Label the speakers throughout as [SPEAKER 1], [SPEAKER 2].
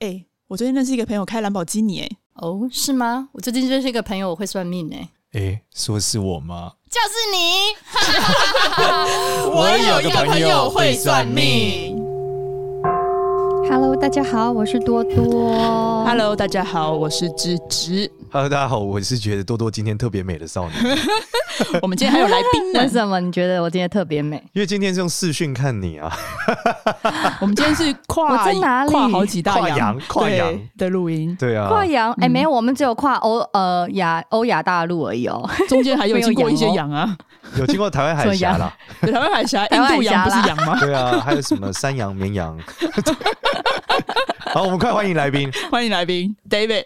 [SPEAKER 1] 哎、我最近认识一个朋友开兰博基尼、哎，
[SPEAKER 2] 哦，是吗？我最近认识一个朋友，我会算命哎、
[SPEAKER 3] 诶，说是我吗？
[SPEAKER 2] 就是你。
[SPEAKER 3] 我有个朋友会算命。
[SPEAKER 4] Hello，大家好，我是多多。
[SPEAKER 1] Hello，大家好，我是芝 芝。
[SPEAKER 3] Hello，大家好，我是觉得多多今天特别美的少女，
[SPEAKER 1] 我们今天还有来宾
[SPEAKER 4] 为
[SPEAKER 1] 呢，
[SPEAKER 4] 什么你觉得我今天特别美？
[SPEAKER 3] 因为今天是用视讯看你啊，
[SPEAKER 1] 我们今天是跨
[SPEAKER 4] 我在哪里
[SPEAKER 1] 跨好几大
[SPEAKER 3] 跨
[SPEAKER 1] 洋
[SPEAKER 3] 洋跨
[SPEAKER 1] 对
[SPEAKER 3] 洋
[SPEAKER 1] 的录音，
[SPEAKER 3] 对啊，
[SPEAKER 4] 跨洋？哎、没有，我们只有跨欧呃亚欧亚大陆而已哦。
[SPEAKER 1] 中间还有
[SPEAKER 4] 没有
[SPEAKER 1] 经过一
[SPEAKER 4] 洋
[SPEAKER 1] 些
[SPEAKER 4] 哦
[SPEAKER 1] 洋 啊，
[SPEAKER 3] 有经过台湾海峡啦，
[SPEAKER 1] 对台湾海峡、
[SPEAKER 4] 台
[SPEAKER 1] 啊印
[SPEAKER 4] 湾
[SPEAKER 1] 度洋
[SPEAKER 4] 海
[SPEAKER 1] 不
[SPEAKER 4] 峡
[SPEAKER 1] 是
[SPEAKER 4] 啦
[SPEAKER 1] 洋吗？
[SPEAKER 3] 对啊，还有什么山羊、绵羊。好，我们快欢迎来宾。
[SPEAKER 1] 欢迎来宾 David，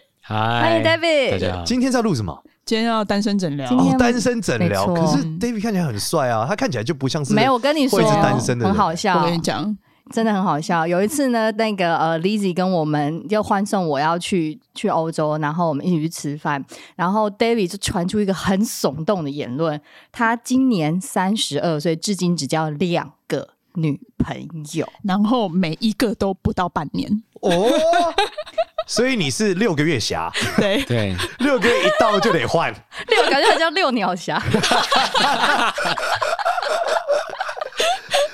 [SPEAKER 5] 嗨，
[SPEAKER 4] 欢迎
[SPEAKER 5] 大
[SPEAKER 4] David。
[SPEAKER 5] 家好。
[SPEAKER 3] 今天是要录什么？
[SPEAKER 1] 今天要单身诊疗
[SPEAKER 4] 今，天
[SPEAKER 3] 哦，单身诊疗。
[SPEAKER 4] 没
[SPEAKER 3] 可
[SPEAKER 4] 错
[SPEAKER 3] 是 David 看起来很帅啊，他看起来就不像是
[SPEAKER 4] 没有，我跟你说，
[SPEAKER 3] 会是单身的人
[SPEAKER 4] 很好
[SPEAKER 1] 我
[SPEAKER 4] 笑，
[SPEAKER 1] 跟你讲，
[SPEAKER 4] 真的很好笑。有一次呢，那个呃 Lizzy 跟我们就欢送我要去去欧洲，然后我们一起去吃饭，然后 David 就传出一个很耸动的言论，他今年三十二岁，至今只交两个女朋友。
[SPEAKER 1] 然后每一个都不到半 年，
[SPEAKER 3] 哦。所以你是六个月侠，
[SPEAKER 1] 对，
[SPEAKER 5] 对，
[SPEAKER 3] 六个月一到就得换。
[SPEAKER 4] 六，感觉很像六鸟侠。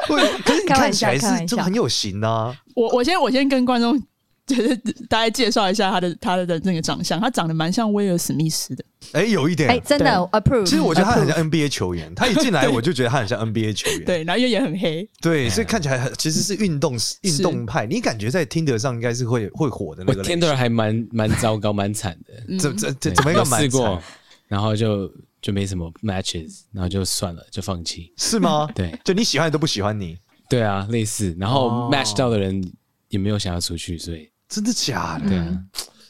[SPEAKER 3] 喂可是你
[SPEAKER 4] 开
[SPEAKER 3] 看
[SPEAKER 4] 玩
[SPEAKER 3] 起
[SPEAKER 4] 笑
[SPEAKER 3] 来
[SPEAKER 4] 开
[SPEAKER 3] 是
[SPEAKER 4] 玩
[SPEAKER 3] 就
[SPEAKER 4] 笑
[SPEAKER 3] 很有型啊。
[SPEAKER 1] 我我先我先跟观众就是大概介绍一下他的他的那个长相，他长得蛮像威尔史密斯的，
[SPEAKER 3] 哎、有一点，
[SPEAKER 4] 哎、真的
[SPEAKER 1] 嗯
[SPEAKER 4] approve。
[SPEAKER 3] 其实我觉得他很
[SPEAKER 4] approve
[SPEAKER 3] 像 NBA 球 员，他一进来我就觉得他很像 NBA 球员。
[SPEAKER 1] 对，然后因为也很黑，
[SPEAKER 3] 对，
[SPEAKER 5] 啊
[SPEAKER 3] 所以看起来很其实是运动运动派，你感觉在听得上应该是会会火的那
[SPEAKER 5] 我
[SPEAKER 3] 个类型。
[SPEAKER 5] 天的还蛮 蛮糟糕，蛮惨的。
[SPEAKER 3] 怎怎
[SPEAKER 5] 对
[SPEAKER 3] 怎怎么一个啊
[SPEAKER 5] 嗯有
[SPEAKER 3] 蛮
[SPEAKER 5] 试
[SPEAKER 3] 惨
[SPEAKER 5] 过，然后就就没什么 matches，然后就算了，就放弃。
[SPEAKER 3] 是吗？
[SPEAKER 5] 对
[SPEAKER 3] 就你喜欢的都不喜欢你，
[SPEAKER 5] 对啊，类似，然
[SPEAKER 3] 哦
[SPEAKER 5] 后 match 到的人也没有想要出去，所以
[SPEAKER 3] 真的假的？
[SPEAKER 5] 对啊，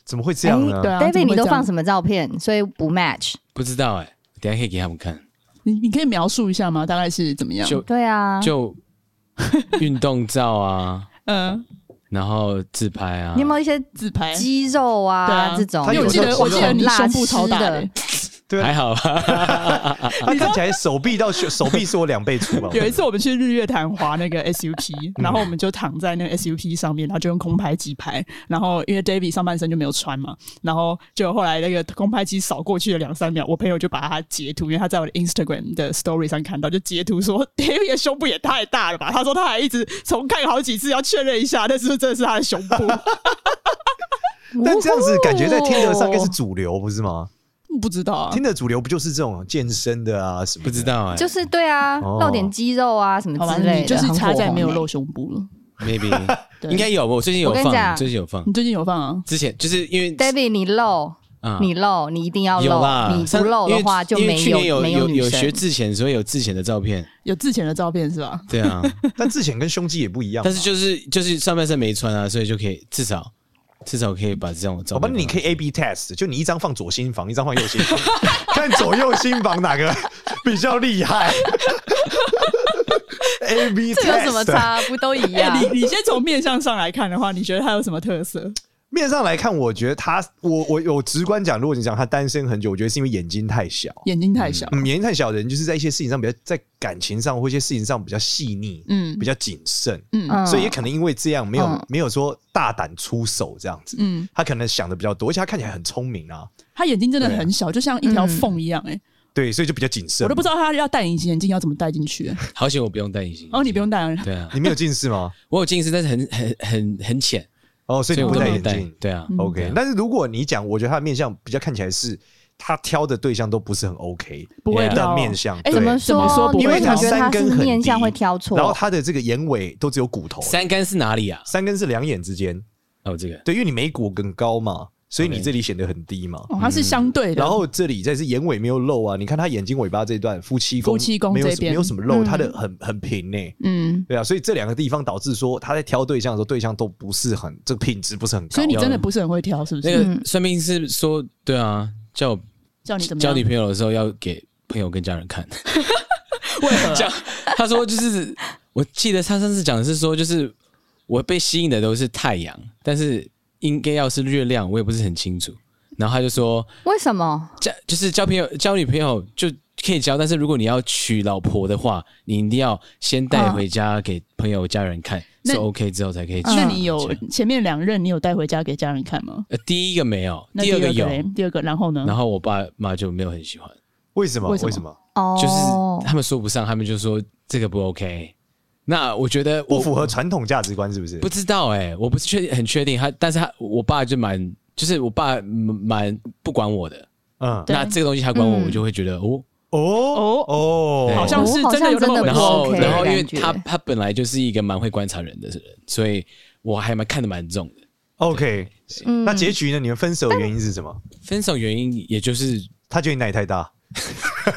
[SPEAKER 3] 怎么会这样呢
[SPEAKER 1] 对？啊怎么
[SPEAKER 4] David，
[SPEAKER 1] 会
[SPEAKER 4] 你
[SPEAKER 1] 这
[SPEAKER 4] 都
[SPEAKER 1] 样
[SPEAKER 4] 放什么照片？所以不 match。
[SPEAKER 5] 不知道哎，等一下可以给他们看。
[SPEAKER 1] 你你可以描述一下吗？大概是怎么样？
[SPEAKER 5] 就
[SPEAKER 4] 对啊，
[SPEAKER 5] 就运动照啊，
[SPEAKER 1] 嗯，
[SPEAKER 5] 然后自拍啊。
[SPEAKER 4] 你有没有一些
[SPEAKER 1] 自拍。
[SPEAKER 4] 肌肉啊
[SPEAKER 1] 哎对啊
[SPEAKER 4] 这种？
[SPEAKER 3] 他
[SPEAKER 1] 因为
[SPEAKER 3] 有
[SPEAKER 1] 我记
[SPEAKER 3] 时
[SPEAKER 1] 得，
[SPEAKER 3] 候
[SPEAKER 1] 我记得你胸部超大的
[SPEAKER 4] 很辣湿。
[SPEAKER 3] 对啊，
[SPEAKER 5] 还好吧？
[SPEAKER 3] 他看起来手臂 到手手臂是我两倍粗吧？
[SPEAKER 1] 有一次我们去日月潭滑那个 SUP，然后我们就躺在那个 SUP 上面，然后就用空拍机拍。然后因为 David 上半身就没有穿嘛，然后就后来那个空拍机扫过去了两三秒，我朋友就把他截图，因为他在我的 Instagram 的 Story 上看到，就截图说 David 的胸部也太大了吧？他说他还一直重看好几次，要确认一下，那是不是真的是他的胸 部？
[SPEAKER 3] 但这样子感觉在听得上应该是主流，不是吗？
[SPEAKER 1] 不知道啊
[SPEAKER 3] 听，得主流不就是这种健身的啊什么
[SPEAKER 5] 哦不
[SPEAKER 3] 的？
[SPEAKER 5] 知道哎，
[SPEAKER 4] 就是对啊，
[SPEAKER 3] 哦
[SPEAKER 4] 露点肌肉啊什
[SPEAKER 1] 好
[SPEAKER 4] 么
[SPEAKER 1] 吧，
[SPEAKER 4] 之类
[SPEAKER 1] 你
[SPEAKER 4] 的，
[SPEAKER 1] 就是
[SPEAKER 4] 很
[SPEAKER 1] 差在
[SPEAKER 4] 火红
[SPEAKER 1] 没有
[SPEAKER 4] 欸
[SPEAKER 1] 露胸部了。
[SPEAKER 5] maybe
[SPEAKER 1] 对
[SPEAKER 5] 应该有，我最近有
[SPEAKER 4] 我跟你
[SPEAKER 5] 放，
[SPEAKER 4] 讲
[SPEAKER 5] 最近有放
[SPEAKER 1] 你。最近有放啊？
[SPEAKER 5] 之前就是因为
[SPEAKER 4] ，David，你露，
[SPEAKER 5] 啊
[SPEAKER 4] 你露，你一定要
[SPEAKER 5] 有
[SPEAKER 4] 露
[SPEAKER 5] 啦，，
[SPEAKER 4] 你
[SPEAKER 5] 上
[SPEAKER 4] 不露
[SPEAKER 5] 因
[SPEAKER 4] 的
[SPEAKER 5] 为
[SPEAKER 4] 话就
[SPEAKER 5] 因为
[SPEAKER 4] 没
[SPEAKER 5] 去年有
[SPEAKER 4] 没有女
[SPEAKER 5] 有学
[SPEAKER 4] 生。
[SPEAKER 5] 之前，所以有之前的照片。
[SPEAKER 1] 有之前的照片是吧？
[SPEAKER 5] 对啊，
[SPEAKER 3] 但之前跟胸肌也不一样嘛。
[SPEAKER 5] 但是就是就是上半身没穿啊，所以就可以至少至少可以把这种照
[SPEAKER 3] 我
[SPEAKER 5] 片
[SPEAKER 3] 帮
[SPEAKER 5] 放。
[SPEAKER 3] 哦你可以 A B test，就你一张放左心房，一张放右心房，看左右心房哪个比较厉害。A B
[SPEAKER 4] 这
[SPEAKER 3] test
[SPEAKER 4] 有什么？差？不都一 样？
[SPEAKER 1] 哎你你先从面相上来看的话，你觉得它有什么特色？
[SPEAKER 3] 面上来看，我觉得他，我我有直观讲，如果你讲他单身很久，我觉得是因为眼睛太小。
[SPEAKER 1] 眼睛太小，
[SPEAKER 3] 嗯，眼睛太小的人，就是在一些事情上比较，在感情上或一些事情上比较细腻，
[SPEAKER 1] 嗯啊
[SPEAKER 3] 比较谨慎，
[SPEAKER 4] 嗯
[SPEAKER 3] 所以也可能因为这样，没有、
[SPEAKER 4] 嗯
[SPEAKER 3] 没有说大胆出手这样子。
[SPEAKER 1] 嗯，
[SPEAKER 3] 他可能想的比较多，而且他看起来很聪明啊，
[SPEAKER 1] 他眼睛真的很小，就像一条缝一样、欸，哎、
[SPEAKER 3] 对，所以就比较谨慎。
[SPEAKER 1] 我都不知道他要戴隐形眼镜要怎么戴进去、欸
[SPEAKER 5] 好险，我不用戴隐形。
[SPEAKER 1] 哦，你不用。戴啊，
[SPEAKER 5] 对啊，
[SPEAKER 3] 你没有近视吗？
[SPEAKER 5] 我有近视，但是很很很很浅，
[SPEAKER 3] 哦，所以
[SPEAKER 5] 所以
[SPEAKER 3] 你
[SPEAKER 5] 我
[SPEAKER 3] 不
[SPEAKER 5] 都
[SPEAKER 3] 戴
[SPEAKER 5] 没
[SPEAKER 3] 眼
[SPEAKER 5] 戴
[SPEAKER 3] 镜。。嗯
[SPEAKER 5] 对啊，
[SPEAKER 4] 嗯
[SPEAKER 3] OK，但是如果你讲，我觉得他的面相比较看起来是他挑的对象都不是很 OK
[SPEAKER 1] 不会
[SPEAKER 5] 啊
[SPEAKER 3] 的
[SPEAKER 1] 挑
[SPEAKER 3] 面相，
[SPEAKER 1] 哎
[SPEAKER 3] 对
[SPEAKER 4] 怎么
[SPEAKER 1] 怎么说
[SPEAKER 4] 说？
[SPEAKER 1] 不
[SPEAKER 4] 你
[SPEAKER 3] 因
[SPEAKER 4] 为
[SPEAKER 3] 为
[SPEAKER 4] 什
[SPEAKER 3] 他
[SPEAKER 4] 么觉得
[SPEAKER 3] 三
[SPEAKER 4] 他
[SPEAKER 3] 根
[SPEAKER 4] 是
[SPEAKER 3] 很低
[SPEAKER 4] 面相会挑错？
[SPEAKER 3] 然后他的这个眼尾都只有骨头，
[SPEAKER 5] 三杆是哪里啊？
[SPEAKER 3] 三根是两眼之间，
[SPEAKER 5] 哦，这个
[SPEAKER 3] 对，因为你眉骨更高嘛，所以你
[SPEAKER 5] OK
[SPEAKER 3] 这里显得很低嘛。
[SPEAKER 1] 哦，它是相对的，
[SPEAKER 3] 然后这里再是眼尾没有露啊，你看他眼睛尾巴这一段夫妻宫
[SPEAKER 1] 夫妻宫
[SPEAKER 3] 没有
[SPEAKER 1] 这边
[SPEAKER 3] 没有什么露，他的很很平呢、
[SPEAKER 1] 嗯，
[SPEAKER 3] 对啊，所以这两个地方导致说他在挑对象的时候，对象都不是很这个品质不是很高
[SPEAKER 1] 所以。你真的不是很会挑，是不
[SPEAKER 5] 那
[SPEAKER 1] 是？
[SPEAKER 4] 嗯
[SPEAKER 5] 个算命是说，对啊，叫我
[SPEAKER 1] 叫哦你怎么
[SPEAKER 5] 交
[SPEAKER 1] 样
[SPEAKER 5] 女朋友的时候要给朋友跟家人看。
[SPEAKER 1] 为 何啊
[SPEAKER 5] 讲，他说就是，我记得他上次讲的是说，就是我被吸引的都是太阳，但是应该要是月亮，我也不是很清楚。然后他就说，
[SPEAKER 4] 为什么？
[SPEAKER 5] 交就是交朋友、交女朋友就可以交，但是如果你要娶老婆的话，你一定要先带回家给朋友、家人看，
[SPEAKER 1] 那
[SPEAKER 5] 是 OK 之后才可以去
[SPEAKER 1] 那
[SPEAKER 5] 放假。
[SPEAKER 1] 你 有前面两任你有带回家给家人看吗？
[SPEAKER 5] 呃第一个没有，
[SPEAKER 1] 那
[SPEAKER 5] 二
[SPEAKER 1] 个
[SPEAKER 5] 个有，
[SPEAKER 1] 嘞，第二个，然后呢？
[SPEAKER 5] 然后我爸妈就没有很喜欢，
[SPEAKER 3] 为什么？
[SPEAKER 1] 为什么
[SPEAKER 3] 为什么
[SPEAKER 4] 哦，
[SPEAKER 5] 就是他们说不上，他们就说这个不 OK。那我觉得我
[SPEAKER 3] 不符合传统价值观？是不是？
[SPEAKER 5] 不知道哎、我不是确很确定他，但是他我爸就蛮，就是我爸蛮不管我的。
[SPEAKER 3] 嗯，
[SPEAKER 1] 对
[SPEAKER 5] 那这个东西他管我，
[SPEAKER 4] 嗯
[SPEAKER 5] 我就会觉得哦，
[SPEAKER 3] 哦
[SPEAKER 1] 哦
[SPEAKER 3] 哦，
[SPEAKER 1] 好像是
[SPEAKER 4] 哦好
[SPEAKER 1] 真
[SPEAKER 4] 像
[SPEAKER 1] 的有那么
[SPEAKER 4] 真的
[SPEAKER 1] 回
[SPEAKER 5] 然
[SPEAKER 1] 事
[SPEAKER 4] 不
[SPEAKER 5] 后
[SPEAKER 4] OK
[SPEAKER 5] 然后
[SPEAKER 4] 的
[SPEAKER 5] 因为
[SPEAKER 4] 感觉
[SPEAKER 5] 他他本来就是一个蛮会观察人的人，所以我还蛮看得蛮重的。
[SPEAKER 3] OK。
[SPEAKER 4] 嗯
[SPEAKER 3] 那结局呢？你们分手的原因是什么？
[SPEAKER 5] 分手原因也就是
[SPEAKER 3] 他觉得你奶太大，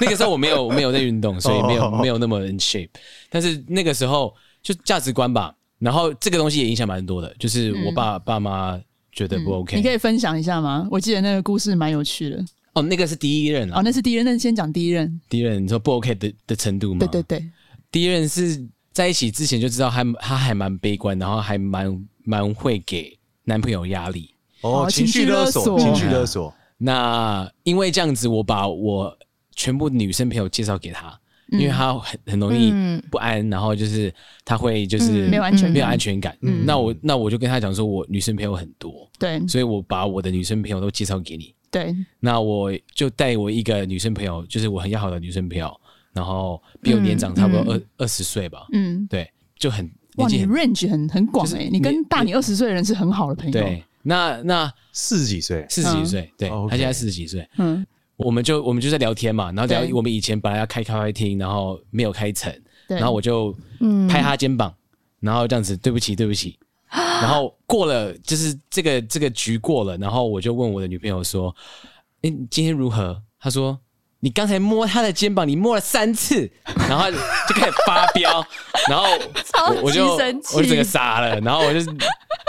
[SPEAKER 5] 那个时候我没有没有在运动，所以没有
[SPEAKER 3] 哦
[SPEAKER 5] 没有那么 in shape。但是那个时候就价值观吧，然后这个东西也影响蛮多的，就是我爸、爸妈觉得不 OK、
[SPEAKER 1] 嗯你可以分享一下吗？我记得那个故事蛮有趣的。
[SPEAKER 5] 哦，那个是第一任啊，
[SPEAKER 1] 哦，那是第一任，那先讲第一任。
[SPEAKER 5] 第一任你说不 OK 的的程度吗？
[SPEAKER 1] 对对对，
[SPEAKER 5] 第一任是在一起之前就知道他他还蛮悲观，然后还蛮蛮会给男朋友压力。
[SPEAKER 3] 哦，
[SPEAKER 1] 哦
[SPEAKER 3] 情
[SPEAKER 1] 情
[SPEAKER 3] 绪
[SPEAKER 1] 绪
[SPEAKER 3] 勒
[SPEAKER 1] 勒
[SPEAKER 3] 索，
[SPEAKER 1] 索
[SPEAKER 3] 情绪勒索，
[SPEAKER 5] 那因为这样子，我把我全部女生朋友介绍给他，因
[SPEAKER 1] 嗯
[SPEAKER 5] 为他很很容易
[SPEAKER 4] 嗯
[SPEAKER 5] 不安，然后就是他会就是
[SPEAKER 4] 嗯
[SPEAKER 1] 没有安全感
[SPEAKER 5] 没有安全感。
[SPEAKER 1] 嗯
[SPEAKER 5] 那我那我就跟他讲说，我女生朋友很多，
[SPEAKER 1] 对
[SPEAKER 5] 所以我把我的女生朋友都介绍给你。
[SPEAKER 1] 对，
[SPEAKER 5] 那我就带我一个女生朋友，就是我很要好的女生朋友，然后比我年长差不多二二十岁吧，
[SPEAKER 1] 嗯，
[SPEAKER 5] 对，就很
[SPEAKER 1] 哇，
[SPEAKER 5] 年纪
[SPEAKER 1] 你
[SPEAKER 5] 很
[SPEAKER 1] range 很很广
[SPEAKER 5] 就是
[SPEAKER 1] 哎，
[SPEAKER 5] 你
[SPEAKER 1] 你跟大你二十岁的人是很好的朋友。
[SPEAKER 5] 对。那那
[SPEAKER 3] 四十几岁，
[SPEAKER 5] 四十几岁，对
[SPEAKER 3] 哦，OK
[SPEAKER 5] 他现在四十几岁，
[SPEAKER 1] 嗯，
[SPEAKER 5] 我们就我们就在聊天嘛，然后聊
[SPEAKER 1] 对
[SPEAKER 5] 我们以前本来要开咖啡厅，然后没有开成，
[SPEAKER 1] 对。
[SPEAKER 5] 然后我就拍他肩膀，然后这样子对不起对不起，
[SPEAKER 4] 啊
[SPEAKER 5] 然后过了就是这个这个局过了，然后我就问我的女朋友说，哎、你今天如何？她说。你刚才摸他的肩膀，你摸了三次，然后就开始发 飙，然后
[SPEAKER 4] 超级
[SPEAKER 5] 我我就
[SPEAKER 4] 生气
[SPEAKER 5] 我整个傻了，然后我就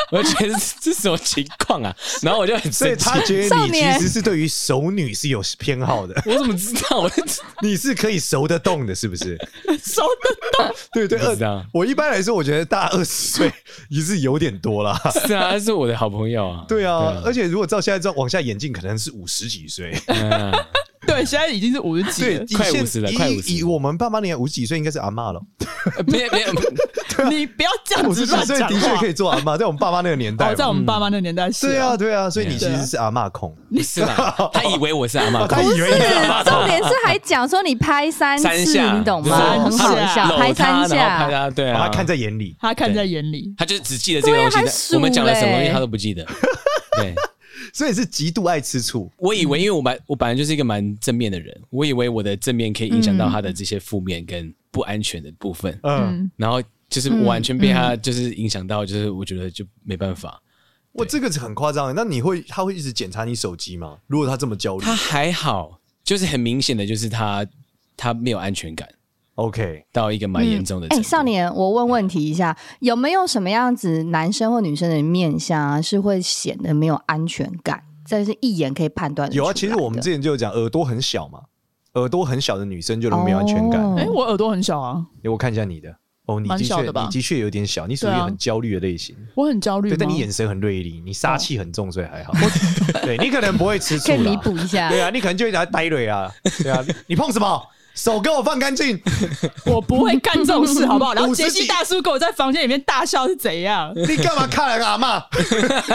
[SPEAKER 5] 我就觉得这是什么情况啊？然后我就很
[SPEAKER 3] 所以
[SPEAKER 5] 生气，
[SPEAKER 3] 他觉得
[SPEAKER 4] 少
[SPEAKER 3] 你其
[SPEAKER 4] 年
[SPEAKER 3] 实是对于熟女是有偏好的，
[SPEAKER 5] 我怎么知道？ 我就
[SPEAKER 3] 你是可以熟得动的，是不是？
[SPEAKER 1] 熟的
[SPEAKER 3] 对对，
[SPEAKER 5] 不知
[SPEAKER 3] 二
[SPEAKER 5] 道
[SPEAKER 3] 我一般来说，我觉得大二十岁也是有点多啦。
[SPEAKER 5] 是啊，他是我的好朋友啊。
[SPEAKER 3] 对啊，而且如果照现在这样往下演进，可能是五十几岁。
[SPEAKER 5] 嗯，
[SPEAKER 1] 对，现在已经是五十几
[SPEAKER 3] 对，
[SPEAKER 1] 了。
[SPEAKER 3] 以
[SPEAKER 5] 快
[SPEAKER 3] 现
[SPEAKER 5] 50了
[SPEAKER 3] 以
[SPEAKER 5] 快50
[SPEAKER 3] 以我们爸妈年代五十几岁应该是阿嬷了，
[SPEAKER 5] 别别，
[SPEAKER 1] 你不要这样
[SPEAKER 3] 啊五
[SPEAKER 1] 子
[SPEAKER 3] 十几
[SPEAKER 1] 乱
[SPEAKER 3] 岁
[SPEAKER 1] 讲
[SPEAKER 3] 的确
[SPEAKER 1] 话
[SPEAKER 3] 可。以做阿嬷，在我们爸妈那个年代
[SPEAKER 1] 哦，
[SPEAKER 3] 嘛，
[SPEAKER 1] 在我们爸妈那年代是
[SPEAKER 3] 对啊，对啊，所以你其
[SPEAKER 1] 对啊
[SPEAKER 3] 实是阿嬷控，哦
[SPEAKER 5] 不 是啦，他以为我是阿妈，
[SPEAKER 3] 他以为你是 阿嬷
[SPEAKER 4] 是，重点是还讲说你拍三次，
[SPEAKER 5] 三下，
[SPEAKER 4] 你懂
[SPEAKER 5] 就是
[SPEAKER 4] 吗？很好
[SPEAKER 1] 三
[SPEAKER 4] 笑，
[SPEAKER 1] 下
[SPEAKER 5] 搂
[SPEAKER 4] 拍
[SPEAKER 5] 他
[SPEAKER 4] 三
[SPEAKER 5] 然后拍
[SPEAKER 4] 下，
[SPEAKER 5] 他，对
[SPEAKER 3] 把
[SPEAKER 5] 啊，
[SPEAKER 3] 哦他看在眼里。
[SPEAKER 1] 他看在眼里。
[SPEAKER 5] 他就是只记得这个东
[SPEAKER 4] 对啊
[SPEAKER 5] 西
[SPEAKER 4] 他
[SPEAKER 5] 但，
[SPEAKER 4] 数
[SPEAKER 5] 我们讲了什么东西
[SPEAKER 4] 嘞
[SPEAKER 5] 他都不记得。对，
[SPEAKER 3] 所以是极度爱吃醋，
[SPEAKER 5] 我以为，因为我蛮我本来就是一个蛮正面的人，我以为我的正面可以影响到他的这些负面跟不安全的部分，
[SPEAKER 3] 嗯，
[SPEAKER 1] 嗯，
[SPEAKER 5] 然后就是我完全被
[SPEAKER 4] 嗯
[SPEAKER 5] 他就是影响到，就是我觉得就没办法。
[SPEAKER 3] 哇，这个是很夸张的。那你会他会一直检查你手机吗？如果他这么焦虑
[SPEAKER 5] 他还好，就是很明显的就是他他没有安全感。
[SPEAKER 3] ，OK，
[SPEAKER 5] 到一个蛮严重的
[SPEAKER 4] 哎、
[SPEAKER 5] 程度。
[SPEAKER 4] 少年，我问问题一下，有没有什么样子男生或女生的面相啊，是会显得没有安全感？这是一眼可以判断得
[SPEAKER 3] 有啊。
[SPEAKER 4] 出
[SPEAKER 3] 其实
[SPEAKER 4] 来
[SPEAKER 3] 我们
[SPEAKER 4] 的
[SPEAKER 3] 之前就有讲，耳朵很小嘛，耳朵很小的女生就容易没有安全感。
[SPEAKER 4] 哦
[SPEAKER 1] 哎，我耳朵很小啊，
[SPEAKER 3] 诶我看一下你的，哦，你
[SPEAKER 1] 蛮
[SPEAKER 3] 的确
[SPEAKER 1] 小的吧
[SPEAKER 3] 你的确有点小，你属于
[SPEAKER 1] 对啊
[SPEAKER 3] 很焦虑的类型。
[SPEAKER 1] 我很焦虑吗
[SPEAKER 3] 对，。但你眼神很锐利，你杀气很重，所以还好。对你可能不会吃醋
[SPEAKER 4] 可以弥
[SPEAKER 3] 啦，
[SPEAKER 4] 补一下。
[SPEAKER 3] 对啊，你可能就会拿呆蕊啊，对啊，你你碰什么？手给我放干净！
[SPEAKER 1] 我不会干这种事，好 不好？然后
[SPEAKER 3] 五十几
[SPEAKER 1] 杰西大叔跟我在房间里面大笑是怎样？
[SPEAKER 3] 你干嘛看了个阿妈？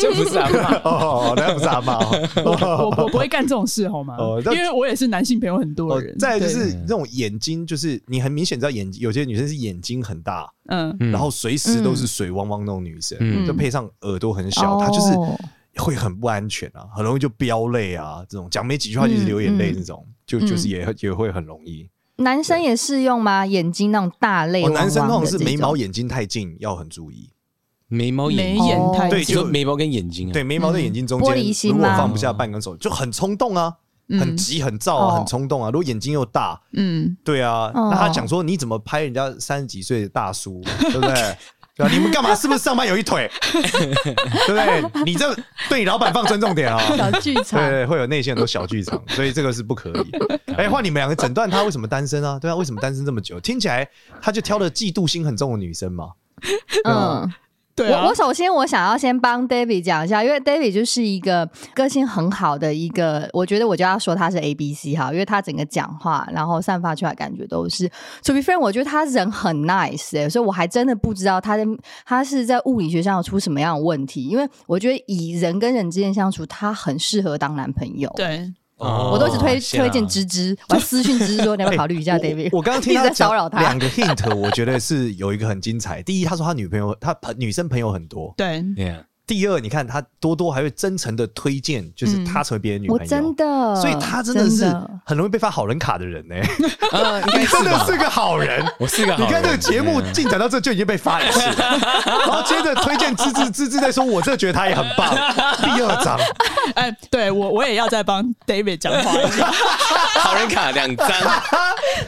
[SPEAKER 5] 就不是 阿妈。
[SPEAKER 3] 哦，那不是阿妈
[SPEAKER 1] 我
[SPEAKER 3] 哦。
[SPEAKER 1] 我不会干这种事，好吗
[SPEAKER 3] 哦？
[SPEAKER 1] 因
[SPEAKER 3] 那
[SPEAKER 1] 为我也是男性朋友很多
[SPEAKER 3] 哦
[SPEAKER 1] 的人。，
[SPEAKER 3] 再来就是
[SPEAKER 1] 对
[SPEAKER 3] 那种眼睛，就是你很明显知道眼睛，有些女生是眼睛很大，
[SPEAKER 1] 嗯，
[SPEAKER 5] 嗯
[SPEAKER 3] 然后随时都是水汪汪那种女生，
[SPEAKER 5] 嗯
[SPEAKER 3] 就配上耳朵很小，
[SPEAKER 4] 哦
[SPEAKER 3] 她就是会很不安全啊，很容易就飙泪啊，这种讲没几句话就是流眼泪这种，
[SPEAKER 4] 嗯
[SPEAKER 3] 就就是也也会很容易。
[SPEAKER 4] 男生也适用吗？眼睛那种大泪
[SPEAKER 3] 哦，
[SPEAKER 4] 汪汪的
[SPEAKER 3] 男
[SPEAKER 4] 这
[SPEAKER 3] 生
[SPEAKER 4] 种、
[SPEAKER 3] 通常是眉毛眼睛太近，要很注意。
[SPEAKER 5] 眉毛眼
[SPEAKER 1] 眉
[SPEAKER 5] 睛，
[SPEAKER 1] 眼太
[SPEAKER 3] 哦对
[SPEAKER 5] 你
[SPEAKER 1] 紧
[SPEAKER 5] 说眉毛跟眼睛啊？
[SPEAKER 3] 对，，眉毛在眼睛中
[SPEAKER 4] 嗯玻璃
[SPEAKER 3] 间，
[SPEAKER 4] 心
[SPEAKER 3] 如果
[SPEAKER 4] 吗
[SPEAKER 3] 放不下半根手，就很冲动啊，很
[SPEAKER 1] 嗯
[SPEAKER 3] 急、很躁啊，
[SPEAKER 4] 哦
[SPEAKER 3] 很冲动啊。如果眼睛又大，
[SPEAKER 1] 嗯，
[SPEAKER 3] 对啊，
[SPEAKER 4] 哦
[SPEAKER 3] 那他讲说你怎么拍人家三十几岁的大叔， 对不对？对啊，你们干嘛？是不是上班有一腿？ 对不对？你这对你老板放尊重点啊、
[SPEAKER 4] 小剧
[SPEAKER 3] 对
[SPEAKER 4] 场。
[SPEAKER 3] 对，会有内线很多小剧场，所以这个是不可以。哎，换你们两个诊断他为什么单身啊？对啊，为什么单身这么久？听起来他就挑了嫉妒心很重的女生嘛。对啊
[SPEAKER 4] 嗯，
[SPEAKER 1] 对啊
[SPEAKER 4] 我我首先我想要先帮 David 讲一下，因为 David 就是一个个性很好的一个，我觉得我就要说他是 A B C 哈，因为他整个讲话，然后散发出来感觉都是。To be frank，我觉得他人很 nice，、欸、所以我还真的不知道他在他是在物理学上有出什么样的问题，因为我觉得以人跟人之间相处，他很适合当男朋友。。
[SPEAKER 1] 对，
[SPEAKER 5] 哦
[SPEAKER 4] 我都一直推、
[SPEAKER 5] 天啊
[SPEAKER 4] 推荐芝芝，我还私讯芝芝说你要不要考虑一下 David。
[SPEAKER 3] 我我刚刚 听
[SPEAKER 4] 一直
[SPEAKER 3] 到
[SPEAKER 4] 在骚扰
[SPEAKER 3] 讲
[SPEAKER 4] 他
[SPEAKER 3] 两，个 hint，我觉得是有一个很精彩。第一，他说他女朋友，他朋女生朋友很多。
[SPEAKER 1] 对，
[SPEAKER 5] Yeah，
[SPEAKER 3] 第二，你看他多多还会真诚的推荐，就是
[SPEAKER 1] 嗯
[SPEAKER 3] 他成为别人女
[SPEAKER 4] 我
[SPEAKER 3] 朋友，
[SPEAKER 4] 真的，
[SPEAKER 3] 所以他真的是很容易被发好人卡的人呢、
[SPEAKER 5] 啊，应 该
[SPEAKER 3] 你真
[SPEAKER 5] 是
[SPEAKER 3] 的
[SPEAKER 5] 吧
[SPEAKER 3] 是个好人。
[SPEAKER 5] 我是个好
[SPEAKER 3] 你
[SPEAKER 5] 人。
[SPEAKER 3] 看这个节目
[SPEAKER 5] 嗯
[SPEAKER 3] 进展到这就已经被发一次了，然后接着推荐芝芝，芝芝在说，我真的觉得他也很棒。第二章，
[SPEAKER 1] 哎，对我我也要再帮 David 讲话一下，
[SPEAKER 5] 好人卡两张，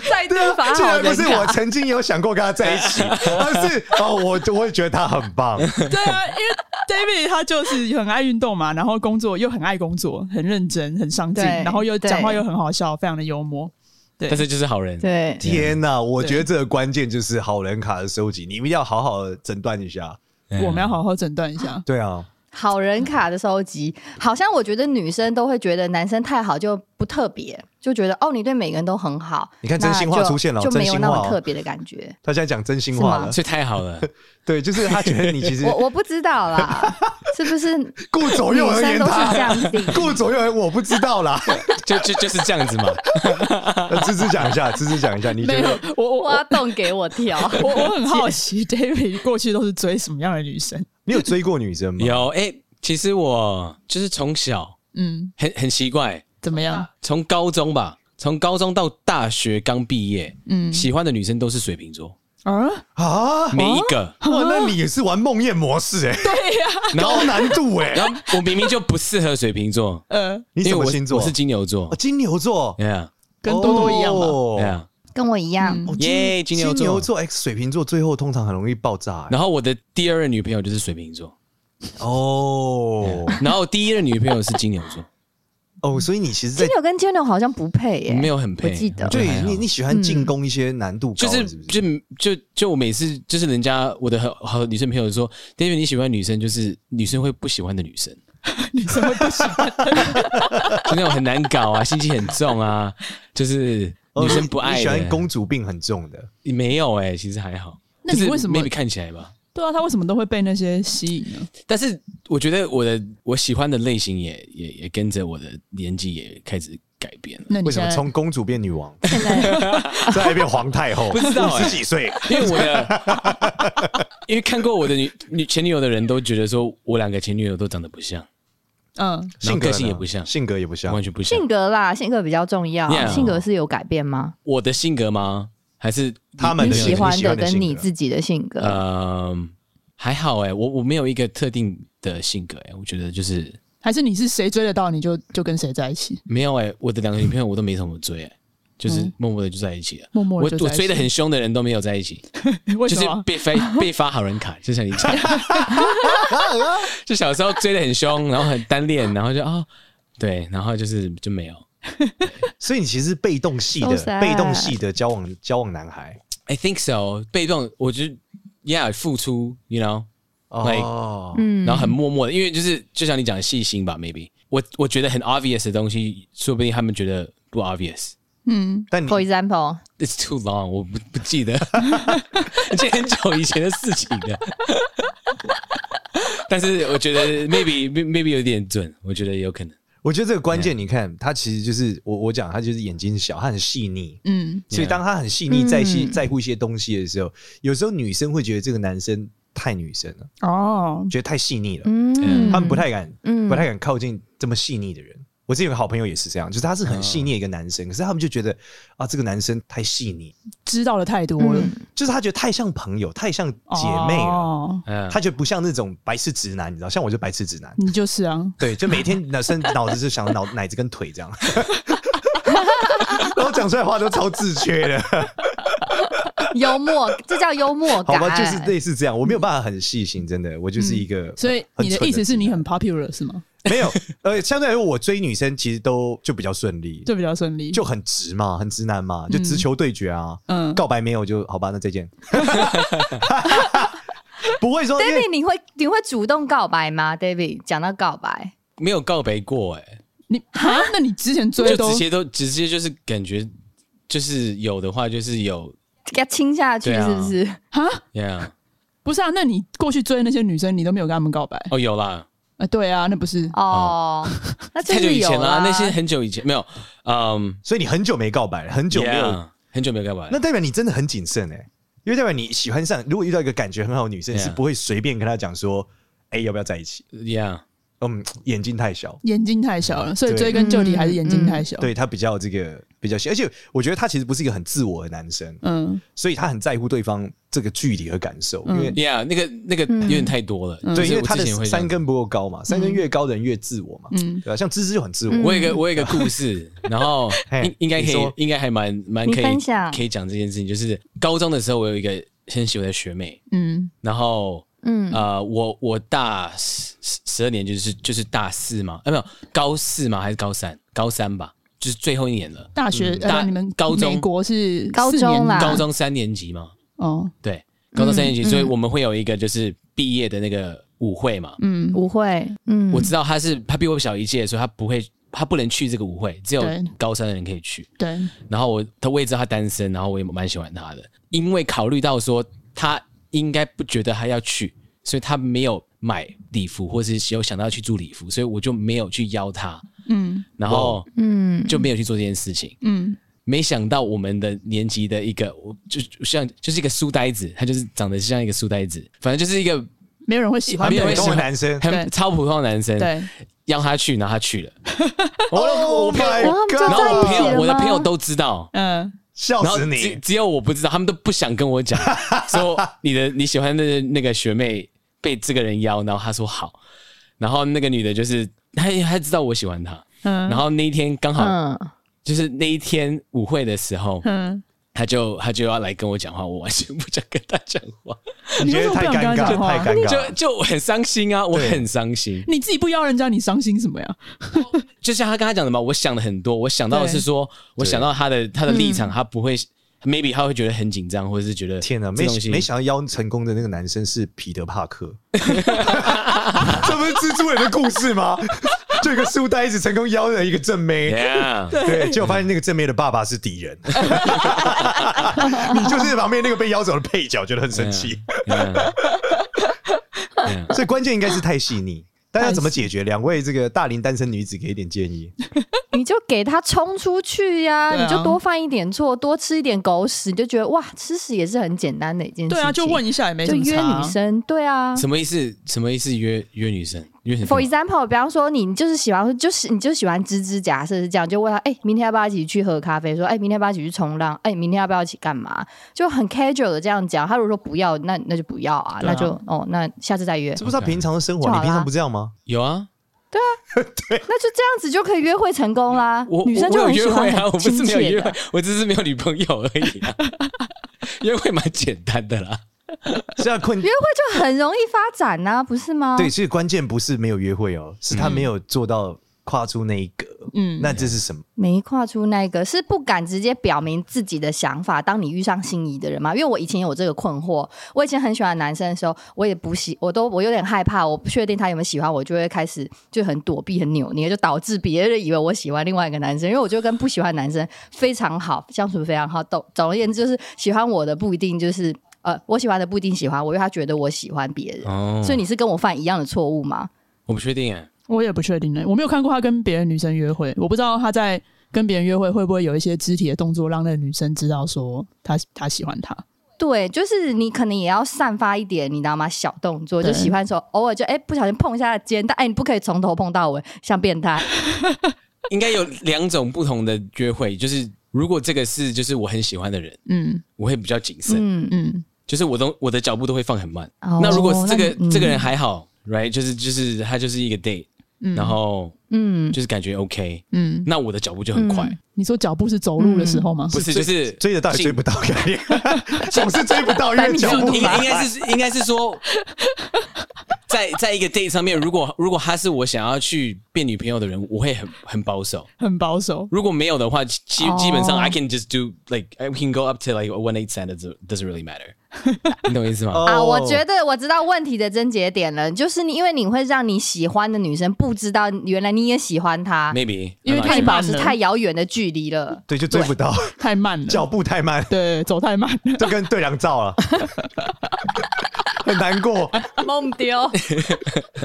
[SPEAKER 4] 再度
[SPEAKER 3] 对啊
[SPEAKER 4] 发
[SPEAKER 3] 竟
[SPEAKER 4] 好
[SPEAKER 3] 然不
[SPEAKER 4] 人
[SPEAKER 3] 是我
[SPEAKER 4] 卡。
[SPEAKER 3] 曾经有想过跟他在一起，而是哦，我我也觉得他很 棒。
[SPEAKER 1] 对啊，因为 David 他就是很爱运动嘛，然后工作又很爱工作，很认真，很上进，
[SPEAKER 4] 对
[SPEAKER 1] 然后又
[SPEAKER 4] 对
[SPEAKER 1] 讲话又很好笑，非常的幽默。对
[SPEAKER 5] 但是就是好人。
[SPEAKER 4] 对，
[SPEAKER 3] 天呐，我觉得这个关键就是好人卡的收集，你们要好好地诊断一下。
[SPEAKER 5] 嗯
[SPEAKER 1] 我们要好好诊断一下。
[SPEAKER 3] 对啊，
[SPEAKER 4] 好人卡的收集，好像我觉得女生都会觉得男生太好就不特别，就觉得哦，你对每个人都很好。
[SPEAKER 3] 你看真心话
[SPEAKER 4] 那就
[SPEAKER 3] 出现了
[SPEAKER 4] 就没有那
[SPEAKER 3] 真心话
[SPEAKER 4] 么
[SPEAKER 3] 哦
[SPEAKER 4] 特别的感觉。
[SPEAKER 3] 他现在讲真心话了，
[SPEAKER 5] 所以太好了，
[SPEAKER 3] 对，就是他觉得你其 实
[SPEAKER 4] 我我不知道 啦，是不是女
[SPEAKER 3] 顾左右而言
[SPEAKER 4] 生都是这
[SPEAKER 3] 他，
[SPEAKER 4] 样子？
[SPEAKER 3] 顾左右而言我不知道啦。
[SPEAKER 5] 就就就是这样子嘛。
[SPEAKER 3] 呃芝芝讲一下，芝芝讲一下，你觉
[SPEAKER 1] 没有
[SPEAKER 3] 得？，
[SPEAKER 1] 我我
[SPEAKER 4] 挖洞给我跳，
[SPEAKER 1] 我我很好奇，David 过去都是追什么样的女生？
[SPEAKER 3] 你有追过女生吗？
[SPEAKER 5] 有哎、其实我就是从小
[SPEAKER 1] 嗯，
[SPEAKER 5] 很很奇怪，
[SPEAKER 1] 怎么样？
[SPEAKER 5] 从高中吧，从高中到大学刚毕业，
[SPEAKER 1] 嗯
[SPEAKER 5] 喜欢的女生都是水瓶座，
[SPEAKER 1] 啊，
[SPEAKER 3] 啊，
[SPEAKER 4] 哦
[SPEAKER 5] 每一个。
[SPEAKER 3] 哇，那你也是玩梦魇模式哎、
[SPEAKER 5] 然后
[SPEAKER 3] 高，难度哎、
[SPEAKER 5] 然后我明明就不适合水瓶座，
[SPEAKER 1] 呃，
[SPEAKER 3] 你什
[SPEAKER 5] 因为
[SPEAKER 3] 么
[SPEAKER 5] 我
[SPEAKER 3] 星座？
[SPEAKER 5] 我是金牛座
[SPEAKER 3] 哦。金牛座，
[SPEAKER 5] Yeah，
[SPEAKER 1] 跟多多一样吧。
[SPEAKER 3] 哦
[SPEAKER 5] Yeah。
[SPEAKER 4] 跟我一样。
[SPEAKER 1] 嗯
[SPEAKER 3] 哦
[SPEAKER 5] 耶
[SPEAKER 3] 金
[SPEAKER 5] 金牛座
[SPEAKER 3] 金牛座 X 水瓶座最后通常很容易爆炸、欸、
[SPEAKER 5] 然后我的第二任女朋友就是水瓶座，
[SPEAKER 3] 哦
[SPEAKER 5] 然后第一任女朋友是金牛座，
[SPEAKER 3] 哦，所以你其实在
[SPEAKER 4] 金牛跟金牛好像不配耶，
[SPEAKER 5] 没有很配
[SPEAKER 4] 我记得
[SPEAKER 5] 就
[SPEAKER 3] 就
[SPEAKER 5] 还好
[SPEAKER 3] 你你喜欢
[SPEAKER 1] 嗯
[SPEAKER 3] 进攻一些难度高
[SPEAKER 5] 就
[SPEAKER 3] 的，
[SPEAKER 5] 是
[SPEAKER 3] 是不是？
[SPEAKER 5] 就就就我每次就是人家我的很好的女生朋友说，David 你喜欢女生就是女生会不喜欢的女生，
[SPEAKER 1] 女生会不喜欢，
[SPEAKER 5] 就那种很难搞啊，心机很重啊，就是
[SPEAKER 3] 哦
[SPEAKER 5] 女生不爱
[SPEAKER 3] 你
[SPEAKER 5] 的
[SPEAKER 3] 喜欢公主病很重的，
[SPEAKER 5] 没有哎、其实还好。
[SPEAKER 1] 那你
[SPEAKER 5] 就是
[SPEAKER 1] 为什么
[SPEAKER 5] maybe 看起来吧？
[SPEAKER 1] 对啊，他为什么都会被那些吸引呢？
[SPEAKER 5] 但是我觉得我的我喜欢的类型也也也跟着我的年纪也开始改变了，
[SPEAKER 1] 那你
[SPEAKER 3] 为什
[SPEAKER 1] 现
[SPEAKER 3] 么
[SPEAKER 1] 在
[SPEAKER 3] 从公主变女王， 再变皇太后？
[SPEAKER 5] 不知道欸
[SPEAKER 3] 五十几岁，
[SPEAKER 5] 因为我的 因为看过我的女女前女友的人都觉得说我两个前女友都长得不像，
[SPEAKER 1] 嗯，
[SPEAKER 5] 然后
[SPEAKER 3] 性格
[SPEAKER 5] 个
[SPEAKER 3] 呢
[SPEAKER 5] 性也不像，
[SPEAKER 3] 性格也不像
[SPEAKER 5] 完。全不像
[SPEAKER 4] 性。格啦，性格比较重要。
[SPEAKER 5] Yeah
[SPEAKER 4] 性格是有改变吗？
[SPEAKER 5] 我的性格吗？还是
[SPEAKER 3] 他们
[SPEAKER 4] 你
[SPEAKER 3] 的
[SPEAKER 4] 喜欢
[SPEAKER 3] 你喜欢的
[SPEAKER 4] 跟
[SPEAKER 3] 性
[SPEAKER 4] 你
[SPEAKER 3] 格
[SPEAKER 4] 自己的性格，
[SPEAKER 5] 呃，还好哎、我我没有一个特定的性格哎、我觉得就是
[SPEAKER 1] 还是你是谁追得到你就就跟谁在一起，
[SPEAKER 5] 没有哎、我的两个女朋友我都没什么追哎、就是默默的就在一起了。
[SPEAKER 1] 嗯默默
[SPEAKER 5] 我
[SPEAKER 1] 地就
[SPEAKER 5] 我
[SPEAKER 1] 在一
[SPEAKER 5] 追的
[SPEAKER 1] 起
[SPEAKER 5] 很凶的人都没有在一起，
[SPEAKER 1] 为
[SPEAKER 5] 就
[SPEAKER 1] 什
[SPEAKER 5] 是
[SPEAKER 1] 么？
[SPEAKER 5] 被发被发好人卡，就像你 讲，就小时候追的很凶，然后很单恋，然后就哦，对，然后就是就没有。
[SPEAKER 3] 所以你其实是被动系
[SPEAKER 4] So
[SPEAKER 3] 的，
[SPEAKER 4] sad
[SPEAKER 3] 被动系的交往交往男孩。
[SPEAKER 5] I think so，被动，我就 yeah 付出，you know，Like-
[SPEAKER 3] 哦，
[SPEAKER 4] 嗯
[SPEAKER 1] 嗯
[SPEAKER 5] 然后很默默的，因为就是就像你讲的细心吧，maybe 我我觉得很 obvious 的东西，说不定他们觉得不 obvious。
[SPEAKER 1] 嗯
[SPEAKER 3] 但你
[SPEAKER 4] For example，
[SPEAKER 5] It's too long，我不不记得， 已经很久以前的事情了。 但是我觉得 maybe maybe 有点准，我觉得有可能。
[SPEAKER 3] 我觉得这个关键，你看他其实就是我我讲他就是眼睛小，他很细腻。
[SPEAKER 1] 嗯，
[SPEAKER 3] 所以当他很细腻在细
[SPEAKER 4] 嗯
[SPEAKER 3] 在乎一些东西的时候，有时候女生会觉得这个男生太女生了，
[SPEAKER 1] 哦，
[SPEAKER 3] 觉得太细腻了，
[SPEAKER 4] 嗯，
[SPEAKER 3] 他们不太敢，
[SPEAKER 4] 嗯
[SPEAKER 3] 不太敢靠近这么细腻的人。我之前有个好朋友也是这样，就是他是很细腻的一个男生，可是他们就觉得啊，这个男生太细腻，
[SPEAKER 1] 知道的太多了，
[SPEAKER 4] 嗯
[SPEAKER 3] 就是他觉得太像朋友，太像姐妹了，
[SPEAKER 1] 哦，
[SPEAKER 5] 嗯，
[SPEAKER 3] 他觉得不像那种白痴直男，你知道，像我就白痴直男，
[SPEAKER 1] 你就是啊，
[SPEAKER 3] 对，就每天脑身脑子就想脑奶子跟腿这样， 然后讲出来的话都超自缺 的，
[SPEAKER 4] 幽默，这叫幽默
[SPEAKER 3] 好
[SPEAKER 4] 感。
[SPEAKER 3] 吧，就是类似这样，我没有办法很细心，真的，我就是一个很，
[SPEAKER 1] 嗯所以你
[SPEAKER 3] 很
[SPEAKER 1] 的
[SPEAKER 3] 蠢
[SPEAKER 1] 意思是
[SPEAKER 3] 直
[SPEAKER 1] 你
[SPEAKER 3] 男
[SPEAKER 1] 很 popular 是吗？
[SPEAKER 3] 没有，呃，相对来说我追女生其实都就比较顺利，
[SPEAKER 1] 这比较顺利，
[SPEAKER 3] 就很直嘛，很直男嘛，就直球对决啊，
[SPEAKER 1] 嗯
[SPEAKER 3] 告白没有就好吧，那再见， 不会说哦因为
[SPEAKER 4] David，你会你会主动告白吗？David，讲到告白，
[SPEAKER 5] 没有告白过哎、
[SPEAKER 1] 你啊？那你之前追的
[SPEAKER 5] 就
[SPEAKER 1] 都
[SPEAKER 5] 直接都直接就是感觉就是有的话就是有
[SPEAKER 4] 给他亲下去
[SPEAKER 5] 对啊
[SPEAKER 4] 是不是？
[SPEAKER 1] 啊？
[SPEAKER 5] ，yeah，
[SPEAKER 1] 不是啊？那你过去追的那些女生，你都没有跟她们告白
[SPEAKER 5] 哦有啦，
[SPEAKER 1] 啊？对啊，那不是
[SPEAKER 4] 哦，那真
[SPEAKER 5] 太久
[SPEAKER 4] 是
[SPEAKER 5] 以
[SPEAKER 4] 有
[SPEAKER 5] 前啦，
[SPEAKER 4] 啦。
[SPEAKER 5] 那些很久以前没有，嗯，
[SPEAKER 3] 所以你很久没告白了，很久没有
[SPEAKER 5] yeah，很久没有告白，
[SPEAKER 3] 那代表你真的很谨慎哎、因为代表你喜欢上，如果遇到一个感觉很好的女生，
[SPEAKER 5] Yeah
[SPEAKER 3] 是不会随便跟她讲说，哎、要不要在一起？
[SPEAKER 5] yeah，
[SPEAKER 3] 嗯，眼睛太小，
[SPEAKER 1] 眼睛太小了，所以
[SPEAKER 3] 对
[SPEAKER 1] 追根究底还是眼睛太
[SPEAKER 5] 嗯
[SPEAKER 1] 小。
[SPEAKER 3] 对她比较这个比较小，而且我觉得他其实不是一个很自我的男生，
[SPEAKER 1] 嗯，
[SPEAKER 3] 所以他很在乎对方这个距离和感受，因为、
[SPEAKER 5] yeah，那个那个
[SPEAKER 4] 嗯
[SPEAKER 5] 有点太多了，
[SPEAKER 3] 对，
[SPEAKER 5] 就是
[SPEAKER 3] 因为
[SPEAKER 5] 嗯我
[SPEAKER 3] 他
[SPEAKER 5] 之
[SPEAKER 3] 的
[SPEAKER 5] 前会这样嗯
[SPEAKER 3] 三
[SPEAKER 5] 子
[SPEAKER 3] 根不够高嘛，三根越高的人越自我嘛，嗯，对吧、像芝芝就很自我，
[SPEAKER 4] 嗯
[SPEAKER 5] 我有一个我有一个故事， 然后
[SPEAKER 3] 嘿
[SPEAKER 5] 应应该可
[SPEAKER 3] 你
[SPEAKER 5] 以
[SPEAKER 3] 说，
[SPEAKER 5] 应该还蛮蛮
[SPEAKER 4] 你
[SPEAKER 5] 可以
[SPEAKER 4] 分享
[SPEAKER 5] 可以讲这件事情。就是高中的时候，我有一个很喜欢的学妹，
[SPEAKER 1] 嗯
[SPEAKER 5] 然后
[SPEAKER 4] 嗯
[SPEAKER 5] 呃，我我大十十二年就是就是大四嘛，啊没有高四嘛还是高三？高三吧，就是最后一年了，
[SPEAKER 1] 大学
[SPEAKER 5] 嗯大
[SPEAKER 1] 呃，你们
[SPEAKER 5] 高中
[SPEAKER 1] 美国是
[SPEAKER 4] 高
[SPEAKER 1] 四
[SPEAKER 4] 中
[SPEAKER 1] 年
[SPEAKER 4] 啦
[SPEAKER 5] 高中三年级嘛，
[SPEAKER 1] 哦，
[SPEAKER 5] 对，高中三
[SPEAKER 4] 嗯
[SPEAKER 5] 年级，所以我们会有一个就是毕业的那个舞会嘛。
[SPEAKER 1] 嗯，
[SPEAKER 4] 不会，嗯
[SPEAKER 5] 我知道她是她比我小一届，所以她不会，她不能去这个舞会，只有
[SPEAKER 1] 对
[SPEAKER 5] 高三的人可以去。
[SPEAKER 1] 对，
[SPEAKER 5] 然后我他我也知道他单身，然后我也蛮喜欢他的，因为考虑到说他应该不觉得他要去，所以他没有买礼服，或是有想到要去住礼服，所以我就没有去邀他，
[SPEAKER 1] 嗯
[SPEAKER 5] 然后
[SPEAKER 4] 嗯
[SPEAKER 5] 就没有去做这件事情。
[SPEAKER 1] 嗯，
[SPEAKER 5] 没想到我们的年级的一个，我就就像就是一个书呆子，他就是长得像一个书呆子，反正就是一个
[SPEAKER 1] 没有人会喜欢
[SPEAKER 5] 没
[SPEAKER 1] 别
[SPEAKER 5] 有
[SPEAKER 1] 人
[SPEAKER 5] 人
[SPEAKER 3] 普
[SPEAKER 5] 喜
[SPEAKER 3] 通
[SPEAKER 5] 欢
[SPEAKER 3] 的男生，
[SPEAKER 1] 对
[SPEAKER 5] 很超普通的男生，
[SPEAKER 1] 对，
[SPEAKER 5] 邀他去，然后他去了，
[SPEAKER 3] Oh
[SPEAKER 4] 然后他
[SPEAKER 3] my
[SPEAKER 4] 们就
[SPEAKER 3] God
[SPEAKER 5] 然后我朋
[SPEAKER 4] 在一起
[SPEAKER 5] 友
[SPEAKER 4] 了
[SPEAKER 5] 我的朋友
[SPEAKER 4] 吗
[SPEAKER 5] 都知道，
[SPEAKER 1] 嗯
[SPEAKER 3] 笑
[SPEAKER 5] 然后
[SPEAKER 3] 死
[SPEAKER 5] 只
[SPEAKER 3] 你，
[SPEAKER 5] 只有我不知道，他们都不想跟 我讲。说你的你喜欢的那个学妹被这个人邀，然后她说好，然后那个女的就是她她知道我喜欢她，
[SPEAKER 1] 嗯，
[SPEAKER 5] 然后那一天刚好、
[SPEAKER 4] 嗯，
[SPEAKER 5] 就是那一天舞会的时候，
[SPEAKER 1] 嗯，
[SPEAKER 5] 她就她就要来跟我讲话，我完全不想跟她讲话，
[SPEAKER 3] 你觉得太尴尬，太尴尬
[SPEAKER 5] 就
[SPEAKER 3] 了，
[SPEAKER 5] 就我很伤心啊，我很伤心。
[SPEAKER 1] 你自己不邀人家，你伤心什么呀？
[SPEAKER 5] 就像她刚才讲的嘛，我想了很多，我想到的是说，我想到她的她的立场，她不会。maybe 她会觉得很紧张，或者是觉得
[SPEAKER 3] 天哪，
[SPEAKER 5] 哪，
[SPEAKER 3] 没没想到邀成功的那个男生是彼得帕 克，这不是蜘蛛人的故事 吗？就一个书呆子成功邀了一个正妹，
[SPEAKER 5] ，yeah，
[SPEAKER 3] 对，结果发现那个正妹的爸爸是敌 人，你就是旁边那个被邀走的配角，觉得很生气。
[SPEAKER 5] Yeah. Yeah.
[SPEAKER 3] 所以关键应该是太细腻，但要怎么解决？两位这个大龄单身女子给一点建 议。
[SPEAKER 4] 你就给他冲出去呀、
[SPEAKER 1] 对啊
[SPEAKER 4] 你就多犯一点错，多吃一点狗屎，你就觉得哇，吃屎也是很简单的一件事情。
[SPEAKER 1] 对啊，就问一下也没
[SPEAKER 4] 就
[SPEAKER 1] 什么
[SPEAKER 4] 约
[SPEAKER 1] 差啊
[SPEAKER 4] 女生，对啊。
[SPEAKER 5] 什么意思？什么意思约？约女生？约什
[SPEAKER 4] For
[SPEAKER 5] 么？
[SPEAKER 4] example，比方说你你就是喜欢，就是你就喜欢芝芝，假设是这样，就问他，哎、明天要不要一起去喝咖啡？说，哎、明天要不要一起去冲浪？哎、明天要不要一起干嘛？就很 casual 的这样讲。他如果说不要，那那就不要啊，
[SPEAKER 1] 对啊
[SPEAKER 4] 那就哦，那下次再约，
[SPEAKER 3] 这不是他平常的生活，
[SPEAKER 4] 就
[SPEAKER 3] 你
[SPEAKER 4] 好啦
[SPEAKER 3] 平常不这样吗？
[SPEAKER 5] 有啊，
[SPEAKER 4] 那就这样子就可以约会成功啦。
[SPEAKER 5] 我
[SPEAKER 4] 女生
[SPEAKER 5] 我
[SPEAKER 4] 就
[SPEAKER 5] 我
[SPEAKER 4] 很
[SPEAKER 5] 有
[SPEAKER 4] 喜
[SPEAKER 5] 约
[SPEAKER 4] 欢
[SPEAKER 5] 会啊，我不
[SPEAKER 4] 很亲
[SPEAKER 5] 是没有
[SPEAKER 4] 切
[SPEAKER 5] 约
[SPEAKER 4] 的
[SPEAKER 5] 会。，我只是没有女朋友而已、啊。 约会蛮简单的啦，
[SPEAKER 3] 这样啊困
[SPEAKER 4] 约会就很容易发展呐、不是吗？
[SPEAKER 3] 对，所以关键不是没有约会哦，是他没有做到跨出那一格。嗯
[SPEAKER 1] 嗯，
[SPEAKER 3] 那这是什么？
[SPEAKER 4] 没跨出那一个，是不敢直接表明自己的想法。当你遇上心仪的人嘛，因为我以前有这个困惑，我以前很喜欢男生的时候，我也不喜，我都我有点害怕，我不确定他有没有喜欢我，就会开始就很躲避、很扭捏，就导致别人以为我喜欢另外一个男生，因为我就跟不喜欢的男生非常好，相处得非常好。总总而言之，就是喜欢我的不一定就是呃，我喜欢的不一定喜欢我，因为他觉得我喜欢别人。
[SPEAKER 5] 哦
[SPEAKER 4] 所以你是跟我犯一样的错误吗？
[SPEAKER 5] 我不确定哎、
[SPEAKER 1] 我也不确定呢、我没有看过他跟别的女生约会，我不知道他在跟别人约会会不会有一些肢体的动作让那个女生知道说他他喜欢他。
[SPEAKER 4] 对，就是你可能也要散发一点，你知道吗？小动作，就
[SPEAKER 1] 对
[SPEAKER 4] 喜欢的时候，偶尔就哎、不小心碰一下肩，但哎、你不可以从头碰到尾，像变态。
[SPEAKER 5] 应该有两种不同的约会，就是如果这个是就是我很喜欢的人，
[SPEAKER 1] 嗯
[SPEAKER 5] 我会比较谨慎，
[SPEAKER 4] 嗯，
[SPEAKER 1] 嗯，
[SPEAKER 5] 就是我都我的脚步都会放很慢。
[SPEAKER 4] 哦
[SPEAKER 5] 那如果是这个、
[SPEAKER 4] 那你嗯
[SPEAKER 5] 这个人还好，right，就是就是他就是一个 date，、然后
[SPEAKER 4] 嗯
[SPEAKER 5] 就是感觉 OK，
[SPEAKER 1] 嗯，
[SPEAKER 5] 那我的脚步就很快，
[SPEAKER 1] 你说脚步是走路的时候吗？
[SPEAKER 5] 不是就是
[SPEAKER 3] 追得到也追不到，概念总是追不到，因为脚
[SPEAKER 5] 应
[SPEAKER 3] 步
[SPEAKER 5] 应
[SPEAKER 3] 慢
[SPEAKER 5] 应该是应该是说，在在一个 date 上面，如果如果他是我想要去变女朋友的人，我会很很保守。
[SPEAKER 1] 很保守。
[SPEAKER 5] 如果没有的话，基基
[SPEAKER 4] 哦
[SPEAKER 5] 基本上 I can just do like I can go up to like one eight cent doesn't doesn't really matter。你懂我意思吗？
[SPEAKER 3] 哦
[SPEAKER 4] 啊，我觉得我知道问题的症结点了，就是你因为你会让你喜欢的女生不知道原来你也喜欢她，
[SPEAKER 5] maybe
[SPEAKER 1] 因为
[SPEAKER 5] 那
[SPEAKER 1] 太
[SPEAKER 5] 蛮
[SPEAKER 1] 慢
[SPEAKER 4] 保持
[SPEAKER 1] 了
[SPEAKER 4] 太遥远的距离了。
[SPEAKER 3] 对，就追不到，
[SPEAKER 1] 太慢了，
[SPEAKER 3] 脚步太慢，
[SPEAKER 1] 对走太慢了。
[SPEAKER 3] 就跟对狼照了， 很难过。
[SPEAKER 4] 梦丢，
[SPEAKER 3] 哦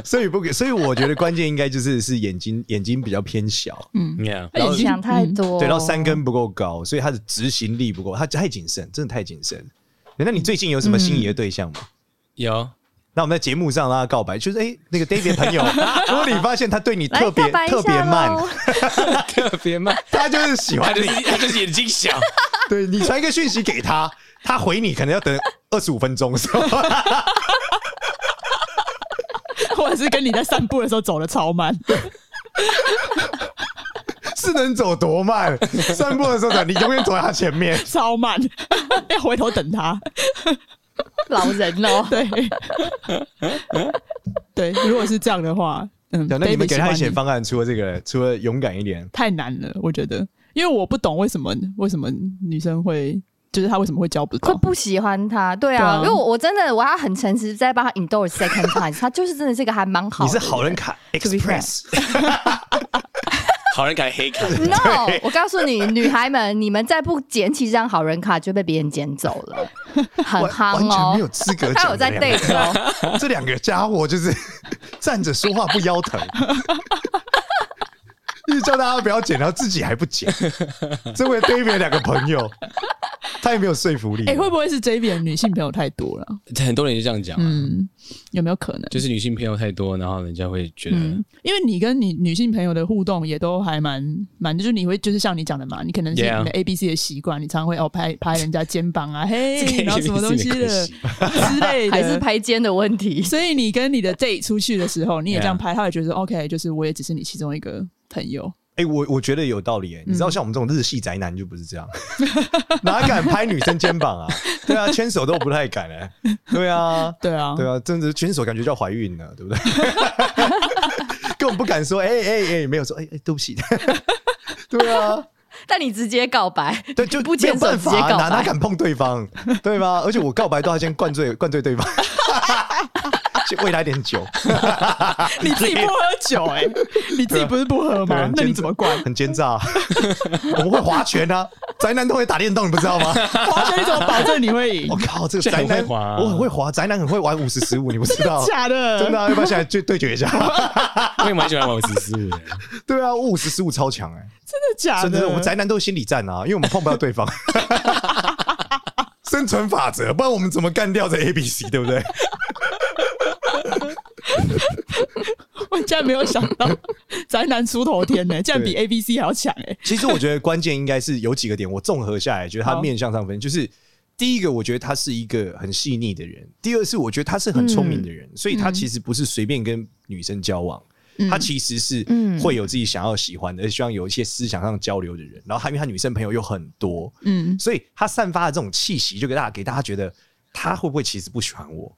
[SPEAKER 3] 所以不给，所以我觉得关键应该就是是眼睛眼睛比较偏小，
[SPEAKER 4] 哦
[SPEAKER 5] yeah
[SPEAKER 1] 他眼睛
[SPEAKER 4] 想太多。
[SPEAKER 3] 嗯对，然后三根不够高，所以他的执行力不够，他太谨慎，真的太谨慎。那你最近有什么心仪的对象
[SPEAKER 4] 嗯
[SPEAKER 3] 吗？
[SPEAKER 5] 有
[SPEAKER 3] 那我们在节目上让他告白，就是哎、那个 David 朋 友，如果你发现他对你
[SPEAKER 4] 来
[SPEAKER 3] 特别
[SPEAKER 4] 告白一
[SPEAKER 3] 特别
[SPEAKER 4] 下
[SPEAKER 3] 慢
[SPEAKER 4] 喽，。
[SPEAKER 5] 特别慢，
[SPEAKER 3] 他就是喜
[SPEAKER 5] 他
[SPEAKER 3] 欢
[SPEAKER 5] 就
[SPEAKER 3] 你
[SPEAKER 5] 是。他就是眼睛小，
[SPEAKER 3] 对你传一个讯息给他，他回你可能要等二十五分钟， 是吧？
[SPEAKER 1] 或者是跟你在散步的时候走的超慢，
[SPEAKER 3] 是能走多慢？ 散步的时候，你永远走在他前面。
[SPEAKER 1] 超慢， 要回头等他。，
[SPEAKER 4] 老人哦
[SPEAKER 1] 对，对，如果是这样的话，嗯，
[SPEAKER 3] 那你们
[SPEAKER 1] David
[SPEAKER 3] 给他一
[SPEAKER 1] 喜
[SPEAKER 3] 些
[SPEAKER 1] 欢你
[SPEAKER 3] 方案，除了这个，除了勇敢一点，
[SPEAKER 1] 太难了，我觉得，因为我不懂为什么为什么女生会，就是她为什么会交不
[SPEAKER 4] 会
[SPEAKER 1] 到。
[SPEAKER 4] 不喜欢他。对
[SPEAKER 1] 对啊
[SPEAKER 4] 啊，因为我我真的我要很诚实，在帮他 endorse second time，他就是真的是个还蛮好
[SPEAKER 3] 你
[SPEAKER 4] 的。
[SPEAKER 3] 是好人。卡
[SPEAKER 4] To be fair
[SPEAKER 3] Express，
[SPEAKER 5] 好人改黑卡，
[SPEAKER 4] No，我告诉你，女孩们，你们再不捡起这张好人卡，就被别人捡走 了，很
[SPEAKER 3] 完
[SPEAKER 4] 夯
[SPEAKER 3] 完全没有
[SPEAKER 4] 哦。
[SPEAKER 3] 资格
[SPEAKER 4] 他有在
[SPEAKER 3] 讲这两
[SPEAKER 4] date 哦。
[SPEAKER 3] 个。这两个家伙就是 站着说话不腰疼， 一直叫大家不要剪，然后自己还不剪。这位 David 两个朋友，太没有说服力了。
[SPEAKER 1] 哎、会不会是 J B 的女性朋友太多了？
[SPEAKER 5] 很多人就这样讲啊，
[SPEAKER 1] 嗯，有没有可能？
[SPEAKER 5] 就是女性朋友太多，然后人家会觉得
[SPEAKER 1] 嗯，因为你跟你女性朋友的互动也都还蛮蛮，就是你会就是像你讲的嘛，你可能是你
[SPEAKER 5] Yeah
[SPEAKER 1] 的 A B C 的习惯，你常常会哦拍拍人家肩膀啊，嘿
[SPEAKER 5] 这，跟
[SPEAKER 1] 然后什么东西
[SPEAKER 5] ABC 没
[SPEAKER 1] 的
[SPEAKER 5] 关系
[SPEAKER 1] 之类的，
[SPEAKER 4] 还是拍肩的 问题。
[SPEAKER 1] 所以你跟你的 date 出去的时候，你也
[SPEAKER 5] Yeah
[SPEAKER 1] 这样拍，他会觉 得 OK，就是我也只是你其中一个朋友。
[SPEAKER 3] 哎、我我觉得有道理哎、你
[SPEAKER 4] 嗯
[SPEAKER 3] 知道像我们这种日系宅男就不是这样， 哪敢拍女生肩膀啊？对啊，牵手都不太敢哎、对啊，
[SPEAKER 1] 对啊，
[SPEAKER 3] 对啊，真的牵手感觉就要怀孕了，对不 对？根本不敢说，哎哎哎，没有说，哎、哎、对不起。 对啊，
[SPEAKER 4] 但你直接告白，
[SPEAKER 3] 对，就
[SPEAKER 4] 不
[SPEAKER 3] 没有
[SPEAKER 4] 牵手
[SPEAKER 3] 办
[SPEAKER 4] 直
[SPEAKER 3] 法
[SPEAKER 4] 接
[SPEAKER 3] 啊，
[SPEAKER 4] 告
[SPEAKER 3] 哪哪
[SPEAKER 4] 白，
[SPEAKER 3] 敢碰对方，对吗？而且我告白都要先灌醉灌醉对方， 先喂他一点酒，
[SPEAKER 1] 你自己不喝酒哎、 你自己不是不喝
[SPEAKER 3] 啊对啊
[SPEAKER 1] 吗
[SPEAKER 3] 很？
[SPEAKER 1] 那你
[SPEAKER 3] 奸
[SPEAKER 1] 怎么灌？
[SPEAKER 3] 很奸诈、啊 我们会划拳啊，宅男都会打电动，你不知道吗？
[SPEAKER 1] 华轩，你怎么保证你会赢
[SPEAKER 3] 我、？靠，这个
[SPEAKER 5] 这
[SPEAKER 3] 宅
[SPEAKER 5] 很
[SPEAKER 3] 男
[SPEAKER 5] 会滑啊
[SPEAKER 3] 我很会滑，宅男很会玩五十十五，你不知道？
[SPEAKER 1] 假的，
[SPEAKER 3] 真的、啊，要不要现在就对决 一下？
[SPEAKER 5] 我也蛮喜欢玩十四五的，
[SPEAKER 3] 对啊，五十十五超强哎、
[SPEAKER 1] 啊真的假
[SPEAKER 3] 真的，
[SPEAKER 1] 的？
[SPEAKER 3] 我们宅男都有心理战啊，因为我们碰不到对方。生存法则，不然我们怎么干掉这 A B C，对不对？
[SPEAKER 1] 我竟然没有想 到宅男出头天呢、欸竟然比
[SPEAKER 3] 对
[SPEAKER 1] A B C 还要强哎、
[SPEAKER 3] 其实我觉得关键应该是有几个点，我综合下来，觉得他
[SPEAKER 1] 好
[SPEAKER 3] 面向上分，就是第一个，我觉得他是一个很细腻的人；第二是我觉得他是很聪明的人，
[SPEAKER 1] 嗯
[SPEAKER 3] 所以他其实不是随便跟女生交往。他其实是会有自己想要喜欢
[SPEAKER 1] 嗯
[SPEAKER 3] 的，而希望有一些思想上交流的人。然后他因为他女生朋友又很多，
[SPEAKER 1] 嗯，
[SPEAKER 3] 所以他散发的这种气息，就给大家给大家觉得他会不会其实不喜欢我，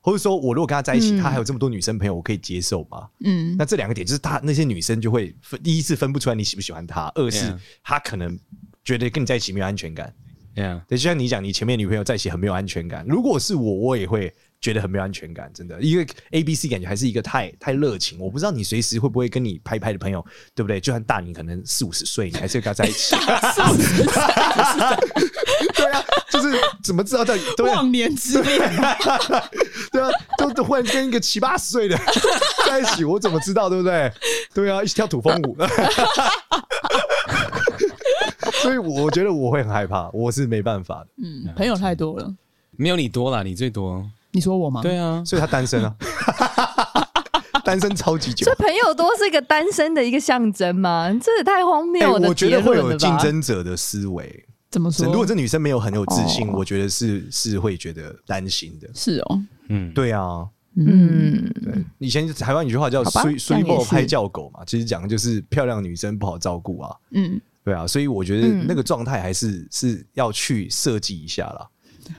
[SPEAKER 3] 或者说我如果跟他在一起，他还有这么多女生朋友，我可以接受吗？
[SPEAKER 1] 嗯，
[SPEAKER 3] 那这两个点就是他那些女生就会分第一是分不出来你喜不喜欢他，二是
[SPEAKER 5] Yeah
[SPEAKER 3] 他可能觉得跟你在一起没有安全感。
[SPEAKER 5] yeah，
[SPEAKER 3] 对，就像你讲，你前面女朋友在一起很没有安全感。如果是我，我也会觉得很没有安全感，真的。一个 A B C 感觉还是一个太太热情，我不知道你随时会不会跟你拍拍的朋友，对不对？就算大你可能四五十岁，你还是会跟他在一起。 对啊，就是怎么知道在对啊
[SPEAKER 1] 忘年之恋，
[SPEAKER 3] 对啊，都都忽然跟一个七八十 岁的在一起，我怎么知道，对不对？对啊，一起跳土风舞。 所以我觉得我会很害怕，我是没办法的。
[SPEAKER 1] 嗯，朋友太多了。
[SPEAKER 5] 没有你多啦，你最多，
[SPEAKER 1] 你说我吗？
[SPEAKER 5] 对啊，
[SPEAKER 3] 所以他单身啊， 单身超级久
[SPEAKER 4] 这。朋友多是一个单身的一个象征吗？这也太荒
[SPEAKER 3] 哎
[SPEAKER 4] 谬的
[SPEAKER 3] 我觉
[SPEAKER 4] 结
[SPEAKER 3] 得会
[SPEAKER 4] 论
[SPEAKER 3] 有
[SPEAKER 4] 了
[SPEAKER 3] 竞
[SPEAKER 4] 吧！
[SPEAKER 3] 争者的思维。
[SPEAKER 1] 怎么说？
[SPEAKER 3] 如果这女生没有很有自
[SPEAKER 4] 哦
[SPEAKER 3] 信，我觉得是是会觉得担心的。
[SPEAKER 1] 是哦，
[SPEAKER 5] 嗯，
[SPEAKER 3] 对啊，
[SPEAKER 4] 嗯，
[SPEAKER 3] 对，以前台湾有句话叫“
[SPEAKER 4] 好吧这
[SPEAKER 3] 虽
[SPEAKER 4] 样
[SPEAKER 3] 虽
[SPEAKER 4] 也
[SPEAKER 3] 抱
[SPEAKER 4] 是
[SPEAKER 3] 拍叫狗”嘛，其实讲的就是漂亮女生不好照顾啊。
[SPEAKER 1] 嗯，
[SPEAKER 3] 对啊，所以我觉得那个状态还是、是要去设计一下啦。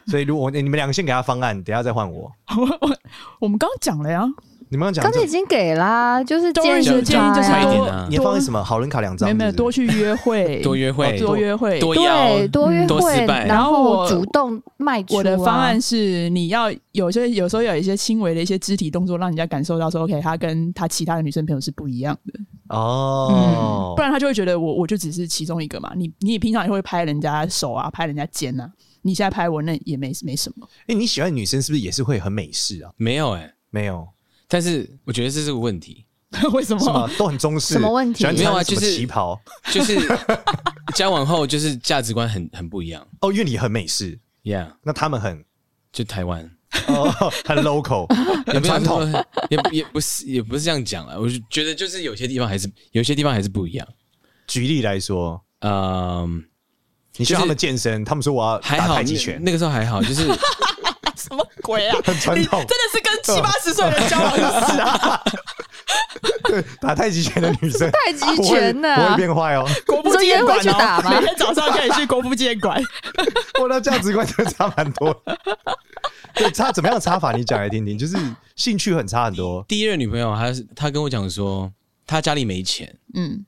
[SPEAKER 3] 所以如果、欸你们两个先给他方案，等一下再换我。
[SPEAKER 1] 我我我们刚刚讲了呀，
[SPEAKER 3] 你们
[SPEAKER 4] 刚
[SPEAKER 3] 刚刚
[SPEAKER 4] 才
[SPEAKER 3] 讲
[SPEAKER 4] 已
[SPEAKER 3] 这，
[SPEAKER 4] 经给啦，就是
[SPEAKER 1] 周
[SPEAKER 4] 建
[SPEAKER 1] 瑞
[SPEAKER 4] 议
[SPEAKER 1] 的建议就是
[SPEAKER 5] 快一点
[SPEAKER 1] 多
[SPEAKER 5] 啊
[SPEAKER 3] 你要放在什么好人卡两张
[SPEAKER 1] 没有
[SPEAKER 3] 是不是？
[SPEAKER 1] 没有多去约会，哦
[SPEAKER 5] 多约会，
[SPEAKER 1] 多约会。
[SPEAKER 5] 多啊邀
[SPEAKER 4] 对，多约
[SPEAKER 5] 嗯多失
[SPEAKER 4] 会，
[SPEAKER 5] 败
[SPEAKER 1] 然后我
[SPEAKER 4] 主动迈出啊。
[SPEAKER 1] 我的方案是，你要有些有时候有一些轻微的一些肢体动作，让人家感受到说，OK，他跟他其他的女生朋友是不一样的，
[SPEAKER 3] 哦
[SPEAKER 1] 嗯不，然他就会觉得我我就只是其中一个嘛。你你平常也会拍人家手啊，拍人家肩啊，你现在拍我那也没没什么。
[SPEAKER 3] 哎、你喜欢的女生是不是也是会很美式啊？
[SPEAKER 5] 没有哎、
[SPEAKER 3] 没有，
[SPEAKER 5] 但是我觉得这是个问题，
[SPEAKER 1] 为什
[SPEAKER 3] 是吗
[SPEAKER 1] 么？？
[SPEAKER 3] 都很中式，
[SPEAKER 4] 什么问题
[SPEAKER 3] 喜欢穿
[SPEAKER 5] 没有啊
[SPEAKER 3] 什么
[SPEAKER 5] 就是
[SPEAKER 3] 旗袍
[SPEAKER 5] 就是 交往后就是价值观很很不一样
[SPEAKER 3] 哦，因为你很美式，
[SPEAKER 5] ，Yeah，
[SPEAKER 3] 那他们很
[SPEAKER 5] 就台湾。
[SPEAKER 3] 哦很 local，
[SPEAKER 5] 也
[SPEAKER 3] 很
[SPEAKER 5] 不要
[SPEAKER 3] 传统。
[SPEAKER 5] 说，也不也不是也不是这样讲了。我就觉得就是有些地方还是有些地方还是不一样。
[SPEAKER 3] 举例来说，
[SPEAKER 5] 嗯，
[SPEAKER 3] 你
[SPEAKER 5] 就是
[SPEAKER 3] 叫他们健身，他们说我要
[SPEAKER 5] 还
[SPEAKER 3] 打
[SPEAKER 5] 好
[SPEAKER 3] 太极拳，
[SPEAKER 5] 那个时候还好，就是
[SPEAKER 1] 什么鬼啊？
[SPEAKER 3] 很传
[SPEAKER 1] 你真
[SPEAKER 3] 统。
[SPEAKER 1] 的是跟七八十岁的人交往是啊？
[SPEAKER 3] 打太极拳的女生，
[SPEAKER 4] 太极拳呢
[SPEAKER 3] 我会我会变坏哦。
[SPEAKER 1] 国父纪念馆
[SPEAKER 4] 你说约会去打
[SPEAKER 1] 哦，
[SPEAKER 4] 吗
[SPEAKER 1] 每天早上叫你去国父纪念馆，
[SPEAKER 3] 我的价值观真的差蛮多的。对，差怎么样差法？你讲来听听，就是兴趣很差很多。
[SPEAKER 5] 第一任女朋友，她是她跟我讲说，她家里没钱，
[SPEAKER 1] 嗯，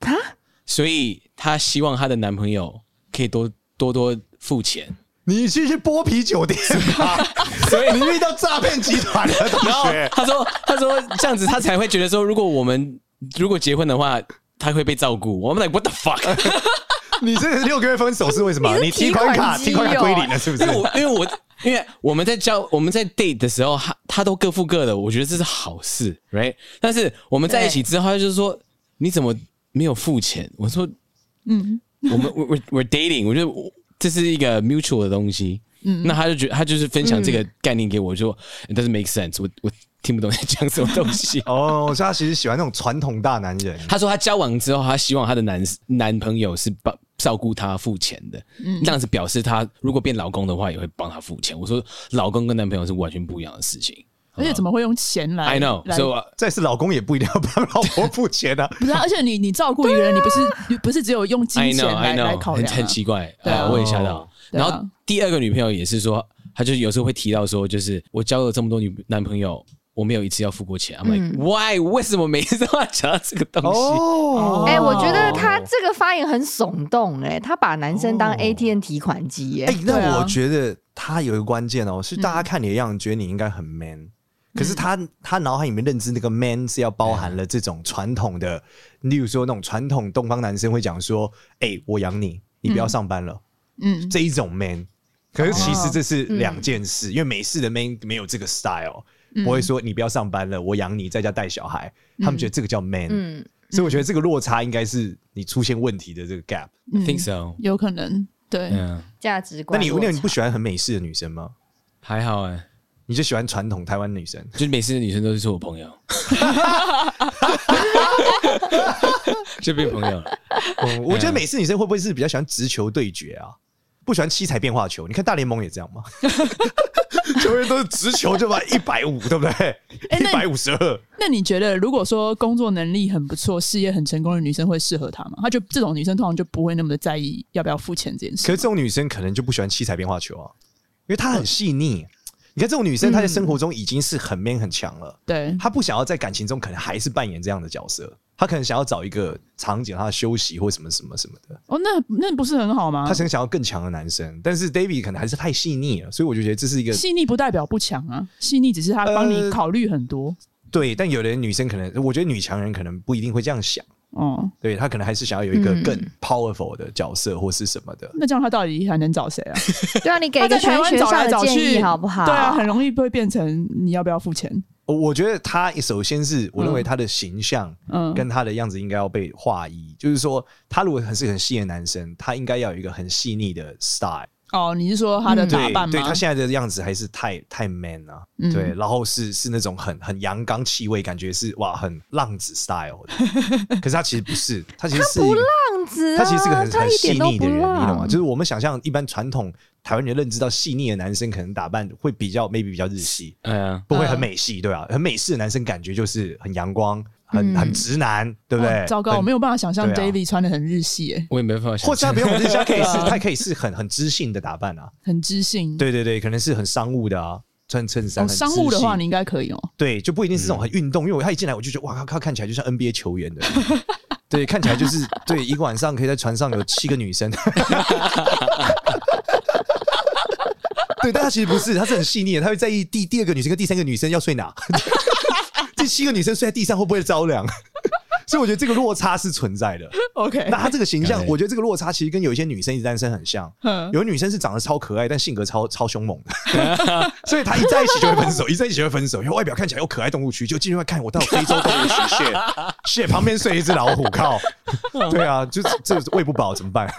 [SPEAKER 5] 所以她希望她的男朋友可以多多多付钱。
[SPEAKER 3] 你去去剥皮酒店吧， 所以你遇到诈骗集团了，同
[SPEAKER 5] 然后
[SPEAKER 3] 学。
[SPEAKER 5] 她说她说这样子，她才会觉得说，如果我们如果结婚的话，她会被照顾。我们 like what the fuck？
[SPEAKER 3] 你这六个月分手是为什么？
[SPEAKER 4] 你
[SPEAKER 3] 你
[SPEAKER 4] 是提
[SPEAKER 3] 提款卡
[SPEAKER 4] 款机
[SPEAKER 3] 提款卡
[SPEAKER 4] 哦
[SPEAKER 3] 归零了是不
[SPEAKER 5] 因为
[SPEAKER 3] 是？。
[SPEAKER 5] 我因为我因为我们在交我们在 date 的时候，她她都各付各的，我觉得这是好事，right？但是我们在一起之后，她就是说你怎么没有付钱？我说
[SPEAKER 1] 嗯，
[SPEAKER 5] 我们我我我 dating，我觉得我这是一个 mutual 的东西。嗯，那他就觉得他就是分享这个概念给我，我就说 it doesn't make sense，我我听不懂在讲什么东西
[SPEAKER 3] 哦，所以他其实喜欢那种传统大男人。
[SPEAKER 5] 他说他交往之后，他希望他的男男朋友是帮照顾他付钱的，
[SPEAKER 1] 嗯
[SPEAKER 5] 这样子表示他如果变老公的话，也会帮他付钱。我说老公跟男朋友是完全不一样的事情。
[SPEAKER 1] 而且怎么会用钱来
[SPEAKER 5] I know，
[SPEAKER 1] 来
[SPEAKER 5] 所以我
[SPEAKER 3] 再是老公也不一定要帮老婆付钱啊。
[SPEAKER 1] 不是啊，而且你你照顾一个人，你不是你不是只有用
[SPEAKER 5] I
[SPEAKER 1] 金钱
[SPEAKER 5] know
[SPEAKER 1] 来
[SPEAKER 5] I
[SPEAKER 1] 来
[SPEAKER 5] know，
[SPEAKER 1] 考
[SPEAKER 5] 很
[SPEAKER 1] 量啊，
[SPEAKER 5] 很奇怪，
[SPEAKER 1] 对啊
[SPEAKER 5] 呃我也吓到
[SPEAKER 3] 哦。
[SPEAKER 1] 对
[SPEAKER 5] 然
[SPEAKER 1] 啊
[SPEAKER 5] 后第二个女朋友也是说，她就有时候会提到说，就是我交了这么多女男朋友，我没有一次要付过钱。I'm
[SPEAKER 1] 嗯
[SPEAKER 5] like why？为什么每次都要讲到这个东西？
[SPEAKER 3] 哦
[SPEAKER 4] 哎、我觉得他这个发言很耸动、哎，他把男生当
[SPEAKER 3] 哦
[SPEAKER 4] ATM 提款机、哎、
[SPEAKER 3] 哎、
[SPEAKER 1] 对
[SPEAKER 3] 那
[SPEAKER 1] 啊
[SPEAKER 3] 我觉得他有一个关键哦，是大家看你的样子，觉得你应该很 man，、可是他他脑海里面认知那个 man 是要包含了这种传统的，例如说那种传统东方男生会讲说，哎、我养你，你不要上班了，
[SPEAKER 1] 嗯，
[SPEAKER 3] 这一种 man。可是其实这是两件事，因为美式的 man 没有这个 style，、不会说你不要上班了，我养你在家带小孩，他们觉得这个叫 man，、
[SPEAKER 4] 嗯，
[SPEAKER 3] 所以我觉得这个落差应该是你出现问题的这个 gap。
[SPEAKER 5] I think so。
[SPEAKER 1] 有可能对。
[SPEAKER 5] 嗯，
[SPEAKER 4] 价值
[SPEAKER 3] 那
[SPEAKER 4] 观
[SPEAKER 3] 你
[SPEAKER 4] 落差。
[SPEAKER 3] 那你不喜欢很美式的女生吗？
[SPEAKER 5] 还好哎，
[SPEAKER 3] 你就喜欢传统台湾女生？
[SPEAKER 5] 就是每次的女生都是 我朋友，就变朋友了。
[SPEAKER 3] 我 我觉得美式女生会不会是比较喜欢直球对决啊？不喜欢七彩变化球？你看大联盟也这样吗？球员都是直球就把一百五，对不对？一
[SPEAKER 1] 那
[SPEAKER 3] 百五十二，
[SPEAKER 1] 那你觉得，如果说工作能力很不错、事业很成功的女生会适合他吗？她就这种女生通常就不会那么的在意要不要付钱这件
[SPEAKER 3] 可是
[SPEAKER 1] 事。
[SPEAKER 3] 这种女生可能就不喜欢七彩变化球啊，因为她很细腻。你看这种女生，她在生活中已经是很 man 很强了，
[SPEAKER 1] 对，
[SPEAKER 3] 她不想要在感情中可能还是扮演这样的角色，她可能想要找一个场景，她休息或什么什么什么的。
[SPEAKER 1] 哦，那那不是很好吗
[SPEAKER 3] 她？想想要更强的男生，但是 David 可能还是太细腻了，所以我就觉得这是一个
[SPEAKER 1] 细腻不代表不强啊，细腻只是她帮你
[SPEAKER 3] 呃
[SPEAKER 1] 考虑很多。
[SPEAKER 3] 对，但有的女生可能，我觉得女强人可能不一定会这样想，
[SPEAKER 1] 哦，
[SPEAKER 3] 对她可能还是想要有一个
[SPEAKER 4] 嗯
[SPEAKER 3] 更 powerful 的角色或是什么的。
[SPEAKER 1] 那这样她到底还能找谁啊？
[SPEAKER 4] 对啊，你给
[SPEAKER 1] 她
[SPEAKER 4] 一
[SPEAKER 1] 在
[SPEAKER 4] 个
[SPEAKER 1] 台
[SPEAKER 4] 玄
[SPEAKER 1] 湾
[SPEAKER 4] 学
[SPEAKER 1] 找
[SPEAKER 4] 上
[SPEAKER 1] 来
[SPEAKER 4] 的
[SPEAKER 1] 找
[SPEAKER 4] 建
[SPEAKER 1] 去，
[SPEAKER 4] 议好不好？
[SPEAKER 1] 对啊，很容易会变成你要不要付钱？
[SPEAKER 3] 我我觉得她首先是我认为她的形象
[SPEAKER 1] 嗯，
[SPEAKER 3] 跟她的样子应该要被划一，就是说她如果很是很细的男生，她应该要有一个很细腻的 style。
[SPEAKER 1] 哦，你是说她的打
[SPEAKER 3] 对
[SPEAKER 1] 扮，
[SPEAKER 3] 嗯对
[SPEAKER 1] 吗
[SPEAKER 3] 她？现在的样子还是太太 man 了、
[SPEAKER 1] 嗯
[SPEAKER 3] 对，然后是是那种很很阳刚气味，感觉是哇很浪子 style 的， 可是她其实不是，她其实是一个
[SPEAKER 4] 这样子、啊，
[SPEAKER 3] 他其实是个很
[SPEAKER 4] 他
[SPEAKER 3] 很
[SPEAKER 4] 一
[SPEAKER 3] 细
[SPEAKER 4] 点都
[SPEAKER 3] 腻的
[SPEAKER 4] 不
[SPEAKER 3] 人，你懂
[SPEAKER 4] 浪
[SPEAKER 3] 吗？就是我们想象一般传统台湾人认知到细腻的男生，可能打扮会比较 maybe 比较日系，
[SPEAKER 5] 哎呀，
[SPEAKER 3] 不
[SPEAKER 1] 嗯
[SPEAKER 3] 会很美系，对吧、很美式的男生感觉就是很阳光，很、很直男，对不对？
[SPEAKER 1] 嗯哦糟糕，
[SPEAKER 3] 很
[SPEAKER 1] 我没有办法想象
[SPEAKER 3] 对啊
[SPEAKER 1] David 穿的很日系，哎，
[SPEAKER 5] 我也没办法想象。
[SPEAKER 3] 或者他不用日系， 他可以是他可以是很很知性的打扮啊，
[SPEAKER 1] 很知性。
[SPEAKER 3] 对对对，可能是很商务的啊，穿衬衫、
[SPEAKER 1] 哦，
[SPEAKER 3] 很
[SPEAKER 1] 商务的
[SPEAKER 3] 知
[SPEAKER 1] 话
[SPEAKER 3] 性
[SPEAKER 1] 你应该可以 哦。
[SPEAKER 3] 对，就不一定是这种很运动，因为我他一进来我就觉得哇，他看起来就像 NBA 球员的， 对，看起来就是对一个晚上可以在船上有七个女生， 对，但他其实不是，他是很细腻的，他会在意第第二个女生跟第三个女生要睡哪， 这七个女生睡在地上会不会着凉，所以我觉得这个落差是存在的。
[SPEAKER 1] OK，
[SPEAKER 3] 那他这个形象，
[SPEAKER 5] 对
[SPEAKER 3] 我觉得这个落差其实跟有一些女生一直单身很像。
[SPEAKER 1] 嗯
[SPEAKER 3] 有的女生是长得超可爱，但性格超超凶猛的， 所以她一在一起就会分手，一在一起就会分手。因为外表看起来又可爱动物区，就进入看我到非洲动物区，谢谢旁边睡一只老虎，靠！
[SPEAKER 1] 嗯
[SPEAKER 3] 对啊，就这这喂不饱怎么 办？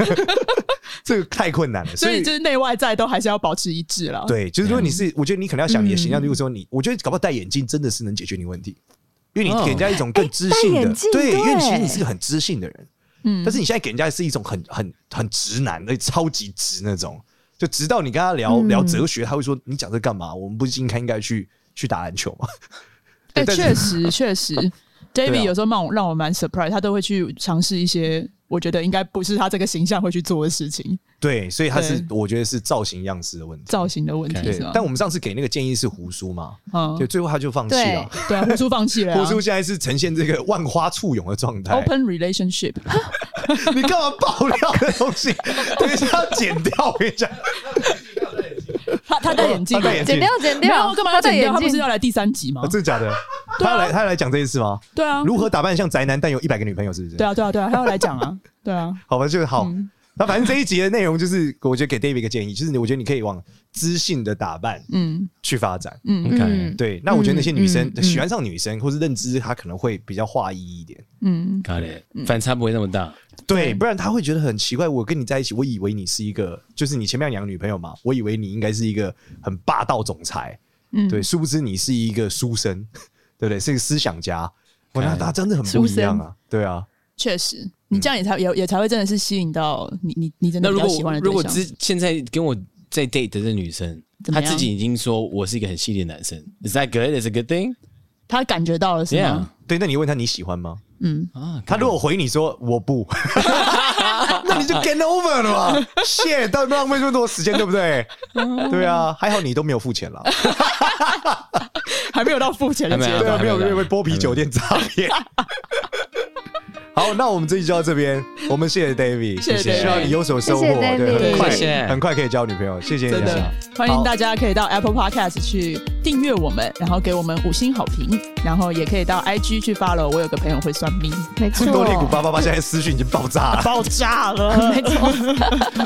[SPEAKER 3] 这个太困难了，
[SPEAKER 1] 所
[SPEAKER 3] 所
[SPEAKER 1] 以
[SPEAKER 3] 以
[SPEAKER 1] 就是哦嗯内外在都还是要保持一致了。，
[SPEAKER 3] 对，就是如果你是，我觉得你可能要想你的
[SPEAKER 1] 嗯
[SPEAKER 3] 形象，就是说你，我觉得搞不好戴眼镜真的是能解决你问题，因为你给人家一种更知性
[SPEAKER 4] 哦戴
[SPEAKER 3] 的
[SPEAKER 4] 眼，镜
[SPEAKER 3] 对，因为
[SPEAKER 4] 对
[SPEAKER 3] 其实你是个很知性的人，嗯，但是你现在给人家是一种很很很直男，而且超级直那种，就直到你跟他聊
[SPEAKER 1] 嗯
[SPEAKER 3] 聊哲学，他会说你讲这干嘛？我们不是应该应该去去打篮球吗？
[SPEAKER 1] 哎，
[SPEAKER 3] 但是
[SPEAKER 1] 确 实确实
[SPEAKER 3] 对
[SPEAKER 1] ，David
[SPEAKER 3] 啊
[SPEAKER 1] 有时候让我让我蛮 surprise，他都会去尝试一些我觉得应该不是他这个形象会去做的事情，
[SPEAKER 3] 对，所以他是
[SPEAKER 1] 对
[SPEAKER 3] 我觉得是造型样式的问题，
[SPEAKER 1] 造型的问题
[SPEAKER 3] 对
[SPEAKER 1] 是吧。？
[SPEAKER 3] 但我们上次给那个建议是胡叔嘛，
[SPEAKER 1] 嗯
[SPEAKER 3] 对，，最后他就放弃了。
[SPEAKER 1] 对啊， 胡叔放弃了啊
[SPEAKER 3] 胡叔现在是呈现这个万花簇拥的状态
[SPEAKER 1] open relationship，
[SPEAKER 3] 你干嘛爆料的东 西？等一下剪掉，我跟你讲，
[SPEAKER 1] 他他戴眼镜啊
[SPEAKER 3] 他，戴眼镜
[SPEAKER 4] 剪掉，剪
[SPEAKER 1] 没
[SPEAKER 4] 掉，
[SPEAKER 1] 有干嘛要
[SPEAKER 4] 啊戴
[SPEAKER 1] 剪掉？
[SPEAKER 4] 眼
[SPEAKER 1] 他不是
[SPEAKER 4] 镜
[SPEAKER 1] 要来第三集吗
[SPEAKER 3] 哦？真的假的？他要来，他要来讲这件事吗？
[SPEAKER 1] 对啊，
[SPEAKER 3] 如何打扮像宅男但有一百个女朋友，是不是？
[SPEAKER 1] 对，啊，对啊，对啊，他要来讲啊，对啊，
[SPEAKER 3] 好吧，就好。
[SPEAKER 4] 嗯
[SPEAKER 3] 那反正这一集的内容就是，我觉得给 David 一个建议，就是你我觉得你可以往知性的打扮
[SPEAKER 1] 嗯
[SPEAKER 3] 去发展。
[SPEAKER 1] 嗯
[SPEAKER 5] 嗯，
[SPEAKER 3] 对，那我觉得那些女生
[SPEAKER 4] 嗯嗯嗯
[SPEAKER 3] 喜欢上女生，或是认知她可能会比较化一一点。
[SPEAKER 1] 嗯，
[SPEAKER 5] got it，反差不会那么大。
[SPEAKER 3] 对，不然她会觉得很奇怪。我跟你在一起，我以为你是一个，就是你前面有两个女朋友嘛，我以为你应该是一个很霸道总裁，
[SPEAKER 1] 嗯
[SPEAKER 3] 对，殊不知你是一个书生， 对不对？是个思想家，哇，那
[SPEAKER 5] 哎
[SPEAKER 3] 他真的很不一样啊，对啊，
[SPEAKER 1] 确实，你这样也才也也才会真的是吸引到你你你真的
[SPEAKER 5] 嗯那
[SPEAKER 1] 比
[SPEAKER 5] 如
[SPEAKER 1] 较喜欢
[SPEAKER 5] 果
[SPEAKER 1] 的
[SPEAKER 5] 如果
[SPEAKER 1] 对象。
[SPEAKER 5] 之现在跟我在 date 的这女生，
[SPEAKER 1] 怎么
[SPEAKER 5] 她
[SPEAKER 1] 样
[SPEAKER 5] 自己已经说我是一个很细腻的男生，Is that good? Is a good thing?
[SPEAKER 1] 他感觉到了是
[SPEAKER 5] Yeah
[SPEAKER 1] 吗？
[SPEAKER 3] 对。那你问他你喜欢吗？
[SPEAKER 1] 嗯，
[SPEAKER 5] 啊，
[SPEAKER 3] 他如果回你说我 不，那你就 get over 了嘛，谢，到浪费这么多时间，对不对？
[SPEAKER 1] 嗯
[SPEAKER 3] 对啊，还好你都没有付钱了，
[SPEAKER 1] 还没有到付钱的
[SPEAKER 5] 还没
[SPEAKER 1] 阶
[SPEAKER 5] 有
[SPEAKER 3] 对
[SPEAKER 1] 段。
[SPEAKER 3] 啊，
[SPEAKER 5] 还
[SPEAKER 3] 没有
[SPEAKER 5] 没有
[SPEAKER 3] 因为剥皮酒店诈骗。
[SPEAKER 1] 嗯
[SPEAKER 3] 好，那我们这期就到这边，我们谢谢 David，
[SPEAKER 1] 谢谢 David
[SPEAKER 3] 希望你有所收获，
[SPEAKER 4] 谢谢 David
[SPEAKER 3] 对，很快
[SPEAKER 5] 谢谢
[SPEAKER 3] 很快可以交女朋友，谢谢
[SPEAKER 1] 真
[SPEAKER 3] 你
[SPEAKER 1] 的
[SPEAKER 3] 啊。，
[SPEAKER 1] 欢迎大家可以到 Apple Podcast 去订阅我们，然后给我们五星好评，然后也可以到 IG 去 follow。我有个朋友会算命，
[SPEAKER 4] 没
[SPEAKER 3] 多利古
[SPEAKER 4] 错，
[SPEAKER 3] 八八八现在私讯已经爆炸了，
[SPEAKER 1] 爆炸了，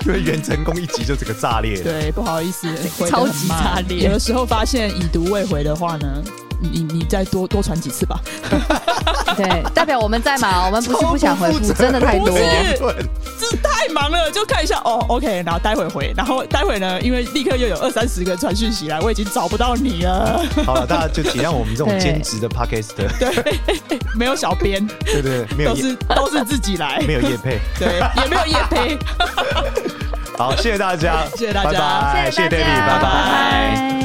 [SPEAKER 3] 因为袁成功一集就整个炸裂 了。
[SPEAKER 1] 对，不好意思，回得
[SPEAKER 4] 超
[SPEAKER 1] 很
[SPEAKER 4] 级
[SPEAKER 1] 慢
[SPEAKER 4] 炸裂
[SPEAKER 1] 有的时候发现已读未回的话呢，你你你再多多传几次吧。
[SPEAKER 4] 对，代表我们在忙，我们不是不 想回
[SPEAKER 3] 超不
[SPEAKER 4] 复，
[SPEAKER 3] 负责
[SPEAKER 4] 真的太多
[SPEAKER 1] 不
[SPEAKER 4] 了。
[SPEAKER 1] 是
[SPEAKER 3] 对，
[SPEAKER 1] 这太忙了，就看一下哦，OK，然后待会回，然后待会呢，因为立刻又有二三十个传讯息来，我已经找不到你了，
[SPEAKER 3] 好了，大家就体谅我们这种
[SPEAKER 4] 对
[SPEAKER 3] 兼职的 podcast，对
[SPEAKER 1] 没有小编，
[SPEAKER 3] 对对，没有
[SPEAKER 1] 都
[SPEAKER 3] 业
[SPEAKER 1] 是都是自己来，
[SPEAKER 3] 没有业配。
[SPEAKER 1] 对，也没有夜陪。
[SPEAKER 3] 好，谢谢大家，
[SPEAKER 1] 谢谢大家
[SPEAKER 3] 拜拜，谢
[SPEAKER 4] 谢谢
[SPEAKER 3] David，
[SPEAKER 4] 大家
[SPEAKER 3] 拜拜。
[SPEAKER 4] 拜拜